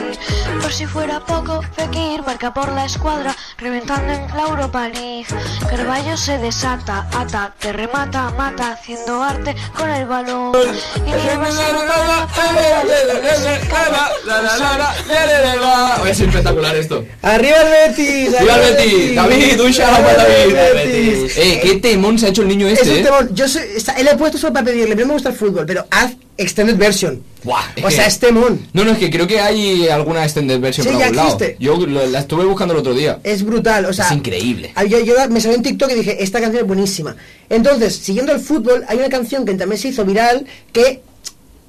S6: Por si fuera poco, Fekir marca por la escuadra, reventando en la Europa League. Carballo se desata, ata, te remata, mata, haciendo arte con el balón. Y lleva a
S2: Hoy es espectacular esto.
S1: ¡Arriba el Betis!
S2: ¡Viva el Betis! ¡David! ¡Un shout out para David! Eh, qué temón se ha hecho el niño
S1: Es
S2: este,
S1: un
S2: eh.
S1: temón. Yo soy- está- él lo he puesto solo para pedirle. Pero me gusta el fútbol, pero haz extended version.
S2: Buah,
S1: O sea, es temón.
S2: No, no, es que creo que hay alguna extended version
S1: Sí,
S2: por
S1: ya
S2: algún lado.
S1: existe.
S2: Yo lo- la estuve buscando el otro día.
S1: Es brutal. O sea,
S2: es increíble.
S1: Ah, Yo, yo la- me salió en TikTok y dije, esta canción es buenísima. Entonces, siguiendo el fútbol, hay una canción que también se hizo viral que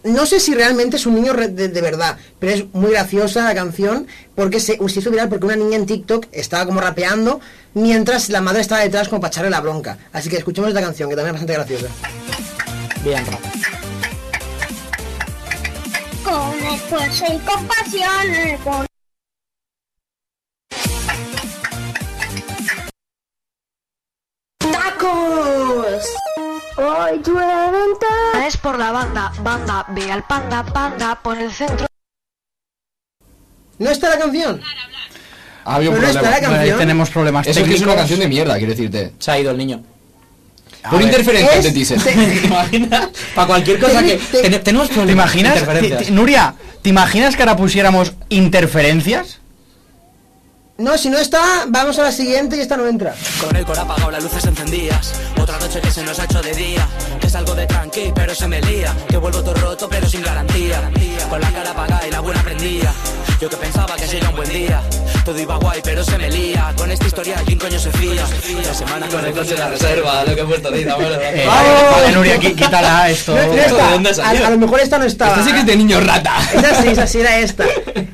S1: no sé si realmente es un niño re- de, de verdad, pero es muy graciosa la canción porque se, se hizo viral porque una niña en TikTok estaba como rapeando mientras la madre estaba detrás como para echarle la bronca. Así que escuchemos esta canción que también es bastante graciosa.
S4: Bien,
S13: Con esfuerzo y compasión, con
S6: ¡Tacos! Hoy llueven Es por la banda, banda, ve al panda, panda, por el centro.
S1: ¿No está la canción?
S2: Había un
S1: Pero no
S2: problema.
S1: está la canción.
S3: tenemos problemas
S2: Eso es que es una
S3: técnicos.
S2: canción de mierda, quiero decirte.
S4: Se ha ido el niño.
S2: Por
S4: ver.
S2: interferencia
S4: Es-
S2: te dicen.
S4: ¿Te imaginas? Para cualquier cosa que. ten- tenemos problemas.
S3: ¿Te imaginas?
S4: Interferencias.
S3: te- te- Nuria, ¿te imaginas que ahora pusiéramos interferencias?
S1: No, si no está, vamos a la siguiente y esta no entra.
S14: Con el cor apagado, las luces encendidas. Otra noche que se nos ha hecho de día. Que salgo de tranqui, pero se me lía. Que vuelvo todo roto, pero sin garantía. Con la cara apagada y la buena prendida. Yo que pensaba que sería un buen día. Todo iba guay, pero se me lía. Con esta historia, ¿quién coño se fía? La semana con el coche de la reserva, lo que he puesto ahí,
S3: Eh, vale, Nuria, qui- quítala esto.
S1: No, no está. A, a lo mejor esta no estaba.
S3: Esta sí que es
S2: de niño rata.
S1: Esa sí, esa sí era esta.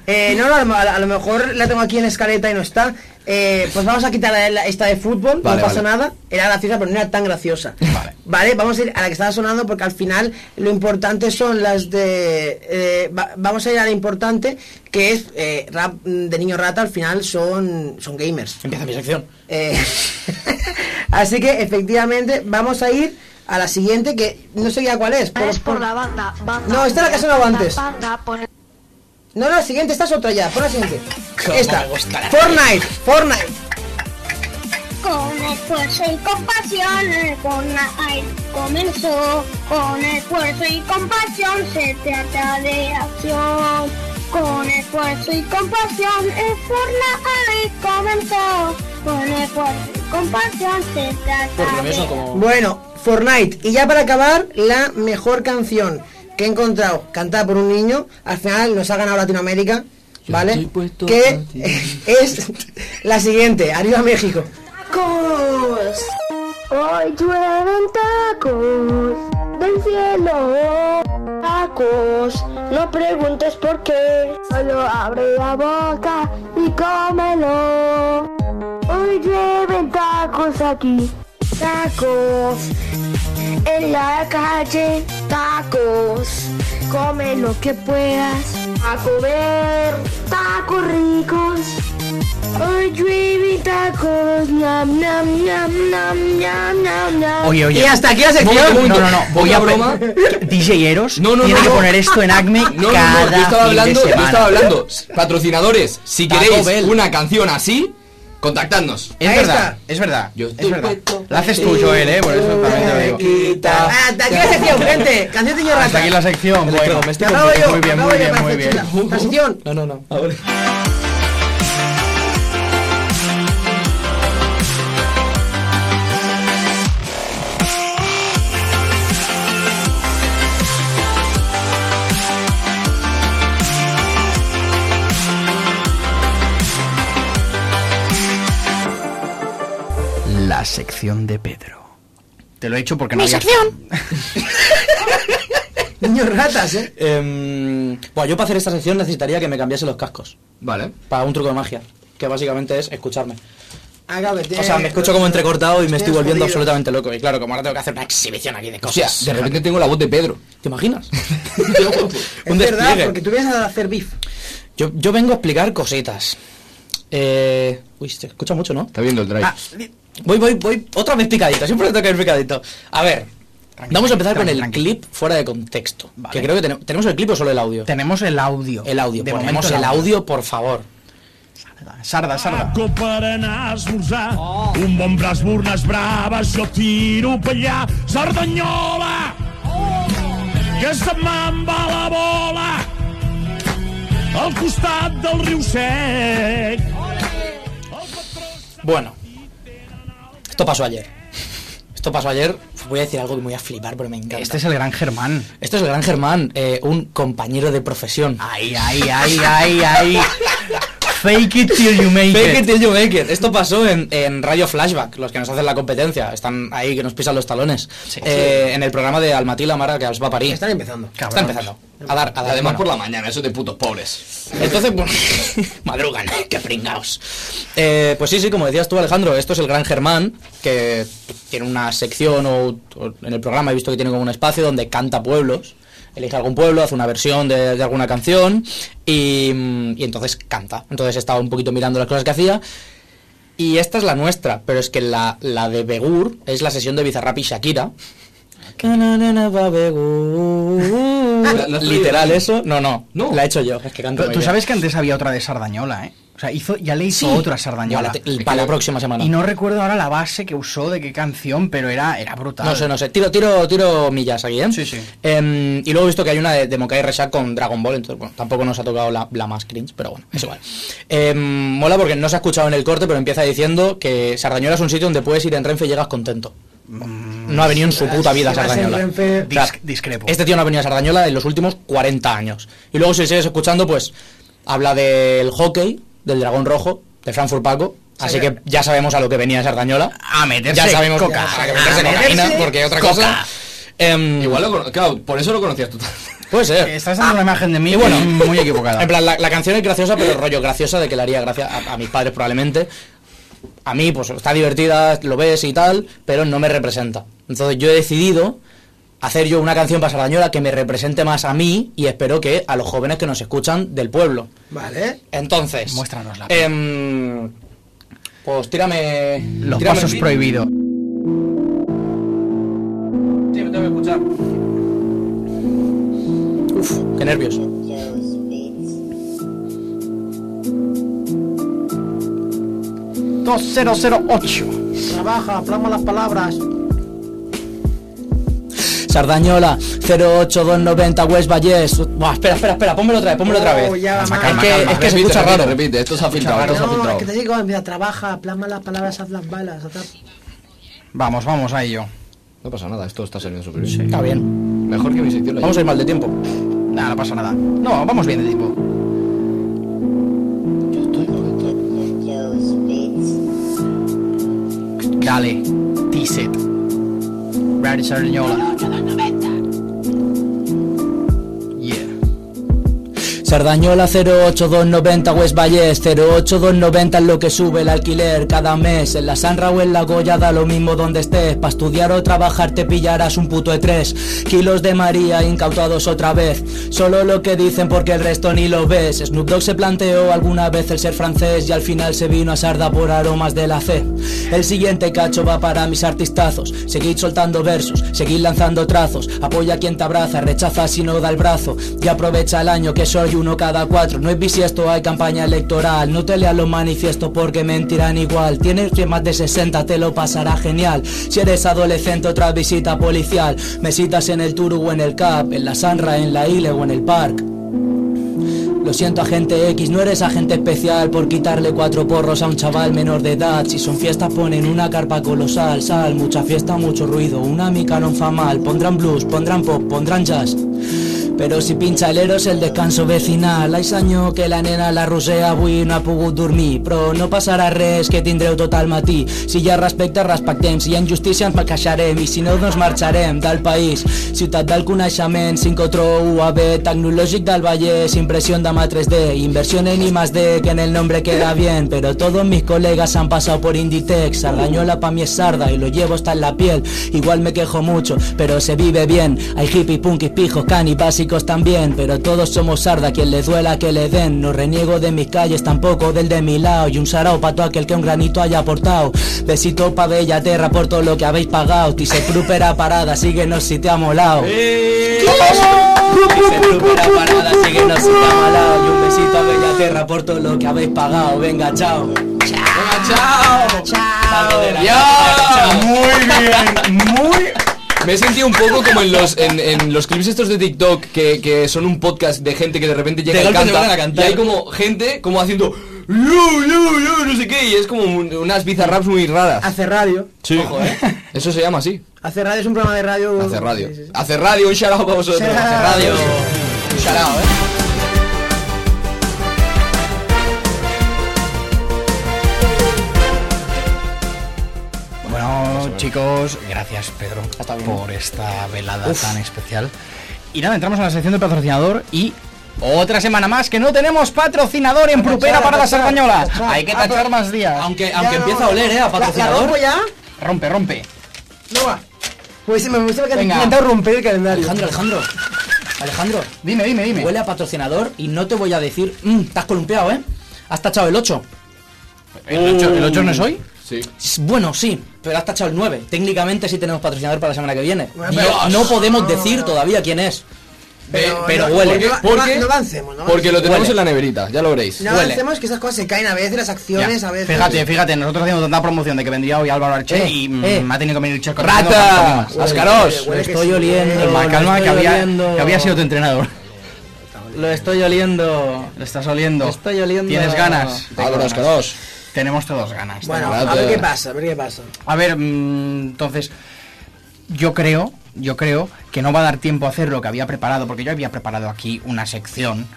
S1: Eh, no, no, a lo- a, lo mejor la tengo aquí en escaleta y no está. Eh, pues vamos a quitar la- la- esta de fútbol,
S2: Vale,
S1: no pasa
S2: vale.
S1: nada. Era graciosa, pero no era tan graciosa. Vale. vamos a ir a la que estaba sonando porque al final lo importante son las de... eh, va- vamos a ir a la importante que es eh, rap mm, de niño rata, al final son, son gamers.
S4: Empieza mi sección.
S1: Eh, así que efectivamente vamos a ir a la siguiente que no sé ya cuál es. pero
S6: Es por la banda, banda.
S1: No, esta es la que
S6: ve
S1: ha sonado
S6: al panda,
S1: antes.
S6: Panda, por el
S1: No, no, siguiente, esta es otra ya, pon la siguiente.
S6: Cómo
S1: Esta.
S6: me gusta la
S1: Fortnite, Fortnite.
S13: Con esfuerzo y compasión, con la AIR comenzó. Con esfuerzo y compasión se trata de acción. Con esfuerzo y compasión, el Fortnite comenzó. Con esfuerzo y compasión se trata de
S1: Bueno, Fortnite. Y ya para acabar, la mejor canción que he encontrado, cantada por un niño, al final nos ha ganado Latinoamérica, ¿vale? Que es la siguiente, arriba México.
S6: Tacos.
S13: Hoy llueven tacos del cielo. Tacos, no preguntes por qué. Solo abre la boca y cómelo. Hoy llueven tacos aquí. Tacos, en la calle. Tacos, come lo que puedas. A comer tacos ricos. Hoy llueve tacos, nam nam nam nam nam nam nam.
S3: Oye, oye.
S13: Y hasta aquí la sección.
S3: No, no, no. no, Voy
S2: Una
S3: a
S2: broma.
S3: broma. DJ Eros
S2: No, no,
S3: tiene
S2: no,
S3: que
S2: no.
S3: poner esto en ACME
S2: No, no,
S3: cada
S2: no, yo estaba
S3: fin de
S2: hablando, yo
S3: semana.
S2: estaba hablando. Patrocinadores, si
S3: Taco
S2: queréis
S3: Bell.
S2: una canción así, contactadnos.
S3: Es verdad, es verdad.
S2: Yo
S3: Es verdad. Lo haces tú, Joel, eh, por eso también te lo digo.
S4: Ah,
S1: Hasta Ah, aquí la sección, gente. Canción de niño
S3: Hasta
S1: rata.
S3: aquí la sección. Bueno,
S1: Me acabo yo,
S3: muy bien,
S1: me
S3: muy
S1: acabo yo,
S3: bien,
S1: me
S3: muy
S1: parece
S3: bien.
S1: chula. La sección.
S4: No, no, no.
S3: La sección de Pedro. Te lo he hecho porque no
S13: Mi
S3: había...
S13: sección.
S1: Niños ratas, eh.
S4: Em, bueno, yo para hacer esta sección necesitaría que me cambiase los cascos.
S2: Vale.
S4: Para un truco de magia. Que básicamente es escucharme.
S1: Hágame,
S4: O sea, me escucho como entrecortado y me estoy
S1: Estoy jodido.
S4: volviendo absolutamente loco. Y claro, como ahora tengo que hacer una exhibición aquí de cosas.
S2: de repente tengo la voz de Pedro.
S4: ¿Te imaginas?
S1: Es verdad, porque tú vienes a hacer beef.
S4: Yo, yo vengo a explicar cositas. Eh, uy, se escucha mucho, ¿no? Está
S3: Ah.
S2: viendo el drive.
S4: voy, voy, voy. Otra vez picadito. Siempre tengo que ir picadito. A ver, Vamos a empezar con el
S3: tranqui.
S4: clip fuera de contexto. Que creo que tenemos, ¿tenemos el clip o solo el audio.
S3: Ah, Tenemos el audio.
S4: El audio.
S3: De
S4: Ponemos
S3: momento
S4: el
S3: el Ah,
S4: audio, por favor.
S3: Sarda, sarda.
S15: Taco per anar a esmorzar, un bon braç, burnes braves, jo tiro per allà, Cerdanyola! Que se me'n va la bola al costat del riu sec.
S4: Bueno, esto pasó ayer. Esto pasó ayer. Voy a decir algo que me voy a flipar, pero me encanta.
S3: Este es el gran Germán.
S4: Esto es el gran Germán, eh, un compañero de profesión.
S3: Ay, ay, ay, ay, ay. Fake it till you make it.
S4: Fake it till you make it. Esto pasó en, en Radio Flashback, los que nos hacen la competencia. Están ahí que nos pisan los talones. Eh, En el programa de Almatí la Mara que os va a parir. Están empezando. Están empezando. A dar, a dar
S2: Además
S4: bueno.
S2: por la mañana, eso de putos pobres.
S4: Entonces, bueno, madrugan, qué pringaos. Eh, pues sí, sí, como decías tú, Alejandro, esto es el gran Germán, que tiene una sección o, o en el programa he visto que tiene como un espacio donde canta pueblos. Elige algún pueblo, hace una versión de, de alguna canción y, mm, y entonces canta. Entonces estaba un poquito mirando las cosas que hacía. Y esta es la nuestra, pero es que la, la de Begur es la sesión de Bizarrap y Shakira. Literal eso. No, no, La he hecho yo. Es que canto
S3: Pero
S4: muy
S3: tú
S4: bien.
S3: sabes que antes había otra de Sardañola, ¿eh? O sea, hizo, ya le hizo
S4: Sí.
S3: otra a Sardañola.
S4: Vale, te- para la próxima semana.
S3: Y no recuerdo ahora la base que usó de qué canción, pero era, era brutal.
S4: No sé, no sé. Tiro, tiro, tiro millas aquí, ¿eh? Sí, sí. y luego he visto que hay una de, de Mokai Reshak con Dragon Ball, entonces, bueno, tampoco nos ha tocado la, la más cringe, pero bueno, es igual. Em, mola porque no se ha escuchado en el corte, pero empieza diciendo que Sardañola es un sitio donde puedes ir en Renfe y llegas contento. No ha venido Mm, en su puta vida a Sardañola. O sea,
S3: discrepo.
S4: Este tío no ha venido a Sardañola en los últimos 40 años. Y luego, si sigues escuchando, pues habla del hockey, del dragón rojo, de Frankfurt Paco. Así que ya sabemos a lo que venía Sardañola.
S3: A meterse
S4: Ya sabemos
S3: coca.
S4: a que meterse
S3: A
S4: cocaína,
S3: meterse
S4: porque otra
S3: coca.
S4: cosa. em,
S2: Igual lo cono- claro, por eso lo conocías tú.
S4: Puede ser.
S3: Estás dando una imagen de mí
S4: Y bueno,
S3: muy equivocada.
S4: En plan, la, la canción es graciosa, pero rollo graciosa de que le haría gracia a, a mis padres probablemente. A mí, pues está divertida, lo ves y tal, pero no me representa. Entonces yo he decidido hacer yo una canción para Sardañola que me represente más a mí y espero que a los jóvenes que nos escuchan del pueblo.
S1: Vale.
S4: Entonces.
S3: Muéstranosla.
S4: em, pues tírame.
S3: Los
S4: tírame
S3: pasos
S4: el beat.
S3: prohibidos.
S4: Sí, me tengo que escuchar. Uf, qué nervios.
S1: Trabaja, plasma las palabras.
S4: Sardañola 08290 West Valles. Buah, espera, espera, espera, pónmelo otra vez, pónmelo otra vez.
S1: Oh, ya,
S4: es
S1: ma-
S4: que, es que se
S2: Repite,
S4: escucha
S2: repite,
S4: raro.
S2: repite, esto se ha filtrado,
S1: No,
S2: esto se ha
S1: es
S2: filtrado.
S1: que te digo, mira, trabaja, plasma las palabras, haz las balas, haz las-
S3: Vamos, vamos a ello.
S2: No pasa nada, esto está saliendo súper bien.
S4: Está bien.
S2: Mejor que mi sección la
S4: Vamos a ir
S2: llevo.
S4: mal de tiempo.
S3: Nada, no pasa nada. No, vamos bien de tipo. Dale, T-Set. Brad Sardañola. Yeah.
S4: Sardañola 08290 West Valles 08290 es lo que sube el alquiler cada mes En la Sanra o en la Gollada lo mismo donde estés Pa' estudiar o trabajar te pillarás un puto de tres Kilos de María incautados otra vez Solo lo que dicen porque el resto ni lo ves Snoop Dogg se planteó alguna vez el ser francés Y al final se vino a Sarda por aromas de la C El siguiente cacho va para mis artistazos Seguid soltando versos, seguid lanzando trazos Apoya a quien te abraza, rechaza si no da el brazo Y aprovecha el año que soy uno cada cuatro No es bisiesto, hay campaña electoral No te leas los manifiestos porque mentirán igual Tienes que más de 60, te lo pasará genial Si eres adolescente, otra visita policial Me citas en el Turu o en el CAP En la Sanra, en la Ile o en el Park lo siento, agente X, no eres agente especial por quitarle cuatro porros a un chaval menor de edad. Si son fiestas, ponen una carpa colosal, sal, mucha fiesta, mucho ruido, una mica no fa mal. Pondrán blues, pondrán pop, pondrán jazz. Pero si pincha el Eros, el descanso vecinal. Hay año que la nena la rusea, avui no ha pogut dormir. Però no passarà res, que tindreu tot el matí. Si hi ha respecte, respectem. Si hi ha injustícia, ens queixarem. I si no, doncs marxarem del país. Ciutat del coneixement, 5 Tro, UAB, tecnològic del Vallès, impresión de Dama 3D, inversión en I más D, que en el nombre queda bien. Pero todos mis colegas han pasado por Inditex. Sardañola pa' mí es sarda y lo llevo hasta en la piel. Igual me quejo mucho, pero se vive bien. Hay hippies, punkis, pijos, canis, y ricos también, pero todos somos sarda, quien le duela que le den. No reniego de mis calles, tampoco del de mi lado. Y un sarao pa' todo aquel que un granito haya aportado. Besito pa' bella tierra por todo lo que habéis pagado. Tise Prupera parada, síguenos si te ha molado. Dice Prupera parada, síguenos si te ha molado. Y un besito a bella tierra por todo lo que habéis pagado. Venga, chao. Venga, chao. Chao.
S2: Muy bien, muy. Me he sentido un poco como en los, en, en los clips estos de TikTok que, que son un podcast de gente que de repente llega
S4: De
S2: y
S4: golpe se van
S2: canta.
S4: a cantar.
S2: Y hay como gente como haciendo. "Lu, lu, lu", no sé qué, y es como un- unas bizarraps muy raras.
S1: Hace radio.
S2: Sí. Eso se llama así.
S1: Hace radio es un programa de radio.
S2: Hace radio. Hace radio, un shout out para vosotros.
S1: Shout out.
S2: Hace radio. Un shout out, eh.
S3: Bueno, chicos, gracias Pedro por esta velada
S4: Uf.
S3: tan especial. Y nada, entramos a la sección del patrocinador y otra semana más que no tenemos patrocinador en Prupera para la
S4: tachar,
S3: Sardañola.
S4: tachar.
S3: Hay que
S4: Ah, pero-
S3: tachar más días.
S4: Aunque- aunque no, empieza a no, oler, no. ¿eh? A ¿La- la patrocinador. rompo ya?
S3: Rompe, rompe.
S1: No va. Pues me gusta que han
S4: Venga.
S1: intentado romper el calendario.
S4: Alejandro, Alejandro. Alejandro.
S3: Dime, dime, dime.
S4: Huele a patrocinador y no te voy a decir, mmm, te has columpiado, ¿eh? Has tachado el 8.
S3: ¿El 8, ¿El ocho no es hoy?
S2: Sí.
S4: Bueno, sí, pero has tachado el 9. Técnicamente sí tenemos patrocinador para la semana que viene.
S1: Bueno,
S4: Y
S1: pero-
S4: no- no podemos decir todavía quién es.
S2: Pero,
S4: pero
S1: no,
S4: huele.
S1: porque-
S2: Porque,
S1: no avancemos, no
S2: porque lo
S1: avancemos.
S2: tenemos
S1: Huele.
S2: en la neverita, ya lo veréis.
S1: No avancemos que esas cosas se caen a veces, las acciones a veces.
S3: Fíjate, fíjate, nosotros hacemos tanta promoción de que vendría hoy Álvaro Arche
S1: Eh,
S3: y mm,
S1: eh.
S3: me ha tenido que venir el Checo.
S2: Ratas,
S4: ascaros. Lo estoy oliendo,
S3: Calma,
S4: lo
S3: calma,
S4: estoy
S3: que había,
S4: oliendo.
S3: que había sido tu entrenador.
S4: Lo estoy oliendo.
S3: Lo estás oliendo.
S4: Lo estoy oliendo.
S3: Tienes ganas.
S2: Álvaro
S3: Tengo
S2: Ascaros.
S3: Tenemos todos ganas.
S1: Bueno,
S3: tengo
S1: a
S3: ganas.
S1: ver qué pasa, a ver qué pasa.
S3: A ver, mm, entonces, yo creo, yo creo que no va a dar tiempo a hacer lo que había preparado, porque yo había preparado aquí una sección,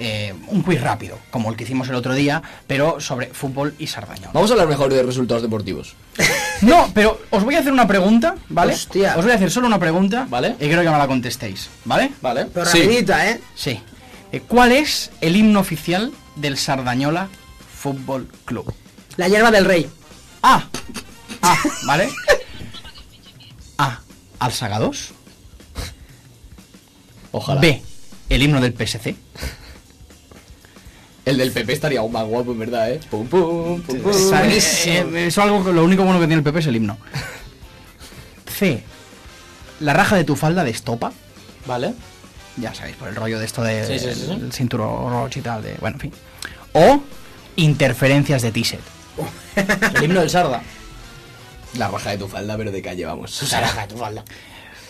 S3: eh, un quiz rápido, como el que hicimos el otro día, pero sobre fútbol y Sardañón.
S2: Vamos a hablar mejor de resultados deportivos.
S3: No, pero os voy a hacer una pregunta, ¿vale?
S1: Hostia.
S3: Os voy a hacer solo una pregunta, ¿vale? Y creo que me la contestéis, ¿vale?
S2: Vale.
S1: Pero rapidita, ¿eh?
S3: Sí. Eh, ¿Cuál es el himno oficial del Sardañola Fútbol Club?
S1: La hierba del rey.
S3: Ah, ah, ¿vale? A. Al Sagados.
S2: Ojalá.
S3: B. El himno del PSC.
S2: El del PP estaría aún más guapo, en verdad, eh. Pum, pum, pum, pum.
S3: ¿Sabes? Eh, es algo que lo único bueno que tiene el PP es el himno. C. La raja de tu falda de estopa.
S4: Vale.
S3: Ya sabéis, por el rollo de esto de
S4: Sí, sí, sí, sí.
S3: el cinturón rojo y tal. De, bueno, en fin. O interferencias de T-set.
S4: El himno del Sarda.
S2: La baja de tu falda, pero de calle, vamos. O sea,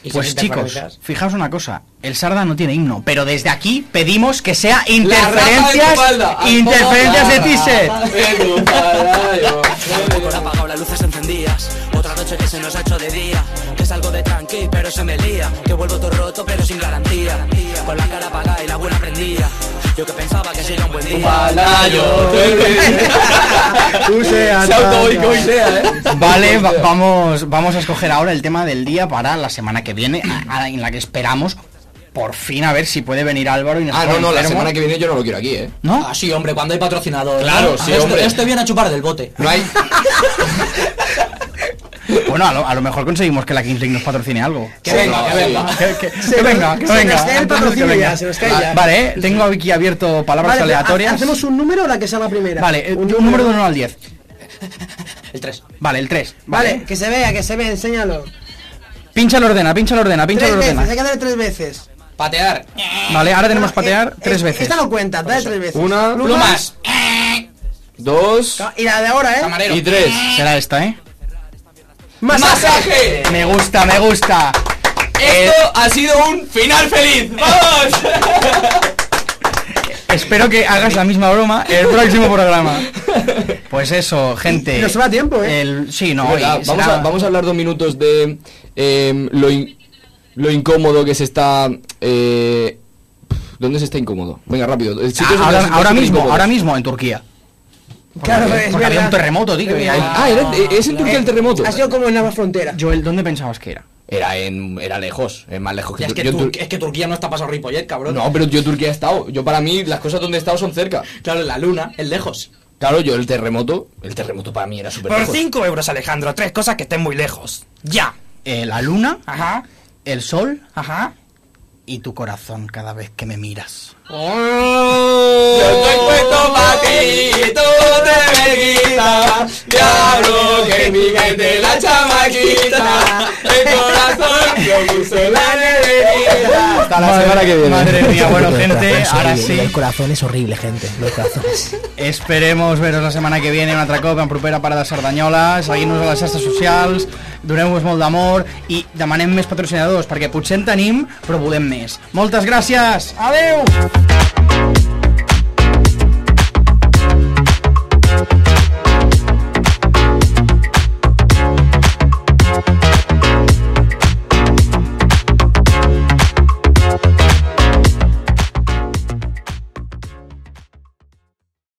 S4: ¿Y
S3: Pues
S4: si
S3: chicos,
S4: interferencias?
S3: fijaos una cosa, el Sarda no tiene himno, pero desde aquí pedimos que sea
S2: La
S3: interferencias,
S2: raja de tu falda.
S3: interferencias de
S4: Ah,
S2: La
S3: T-set.
S2: raja de tu falda, yo.
S14: Por apagado las luces encendidas Otra noche que se nos ha hecho de día Que salgo de tranqui pero se me lía Que vuelvo todo roto pero sin garantía Con la cara apagada y la buena prendida Yo que pensaba que sería un buen día
S2: Palayo, tú
S3: seas
S2: Se autoboicó y sea, eh.
S3: Vale, va- vamos, vamos a escoger ahora el tema del día para la semana que viene, a- a- en la que esperamos por fin a ver si puede venir Álvaro y nos
S2: Ah,
S3: pone
S2: no, no, la
S3: enfermo.
S2: semana que viene yo no lo quiero aquí, eh.
S3: ¿No?
S4: Ah, sí, hombre, cuando hay patrocinador.
S2: Claro, sí,
S4: este,
S2: hombre.
S4: Este viene a chupar del bote.
S2: No hay.
S3: Bueno, a lo, a lo mejor conseguimos que la Kings League nos patrocine algo. Ah,
S2: Que venga, que venga.
S3: Que, que- que
S1: Se
S3: venga,
S1: nos-
S3: que
S1: se
S3: venga.
S1: nos cae el
S3: Que
S1: patrocinio
S3: venga.
S1: ya, se nos cae ya.
S3: Vale, eh, tengo aquí abierto palabras
S1: Vale, pero ha-
S3: aleatorias.
S1: ¿Hacemos un número o la que sea la primera?
S3: Vale, eh, un número de 1 al 10.
S4: El 3.
S3: Vale, el 3.
S1: Vale, que se vea, que se vea, enséñalo.
S3: Pincha la ordena, pincha la ordena, pincha
S1: tres
S3: la ordena.
S1: veces, hay que darle tres veces.
S4: Patear.
S3: Vale, ahora tenemos
S1: No,
S3: patear
S1: eh,
S3: tres
S1: eh,
S3: veces.
S1: Esta no cuenta, dale tres veces.
S2: Una,
S1: plumas.
S2: dos
S1: Y la de ahora, ¿eh?
S2: y tres.
S3: Será esta, ¿eh?
S2: ¡Masaje!
S3: Me gusta, me gusta. Eh,
S2: Esto ha sido un final feliz. ¡Vamos!
S3: Espero que hagas la misma broma el próximo programa. Pues eso, gente.
S1: Y nos sobra tiempo, ¿eh?
S3: El- sí, no,
S2: Es verdad,
S3: hoy
S2: vamos,
S3: será-
S2: a, vamos a hablar dos minutos de em, lo, in- lo incómodo que se está. eh, ¿Dónde se está incómodo? Venga, rápido. eh, sitios
S3: Ah,
S2: donde
S3: ahora,
S2: se-
S3: ahora
S2: súper
S3: mismo,
S2: incómodos.
S3: ahora mismo en Turquía.
S1: Claro,
S3: porque,
S1: es
S3: porque había un
S1: verdad.
S3: terremoto, tío. que hay-
S2: Ah, era- eh, es en Turquía el terremoto.
S1: Ha sido como en la frontera.
S3: Joel, ¿dónde pensabas que era?
S2: Era, en, era lejos, es más lejos que,
S4: Ya, es,
S2: Tur-
S4: que
S2: yo en Tur-
S4: Tur- es que Turquía no está pasando Ripollet, cabrón.
S2: No, pero yo Turquía he estado. Yo para mí las cosas donde he estado son cerca.
S4: Claro, la luna es lejos.
S2: Claro, yo el terremoto, el terremoto para mí era súper
S8: Por
S2: lejos.
S8: 5 euros, Alejandro, tres cosas que estén muy lejos. Ya.
S3: Eh, la luna,
S8: Ajá,
S3: el sol
S8: ajá.
S3: y tu corazón cada vez que me miras.
S2: Yo estoy puesto para ti y tú te me quitas. Diablo, que mi gente la chamaquita. El corazón yo puso en la neverita.
S3: Hasta la semana que viene. Madre mía, bueno, gente, ahora sí.
S4: El corazón es horrible, gente. Los corazones.
S3: Esperemos veros la setmana que viene un altre cop en propera Parada Cerdanyola, seguint-nos a les xarxes socials, doneu-vos molt d'amor i demanem més patrocinadors, perquè potser en tenim, però volem més. Moltes gràcies! Adeu!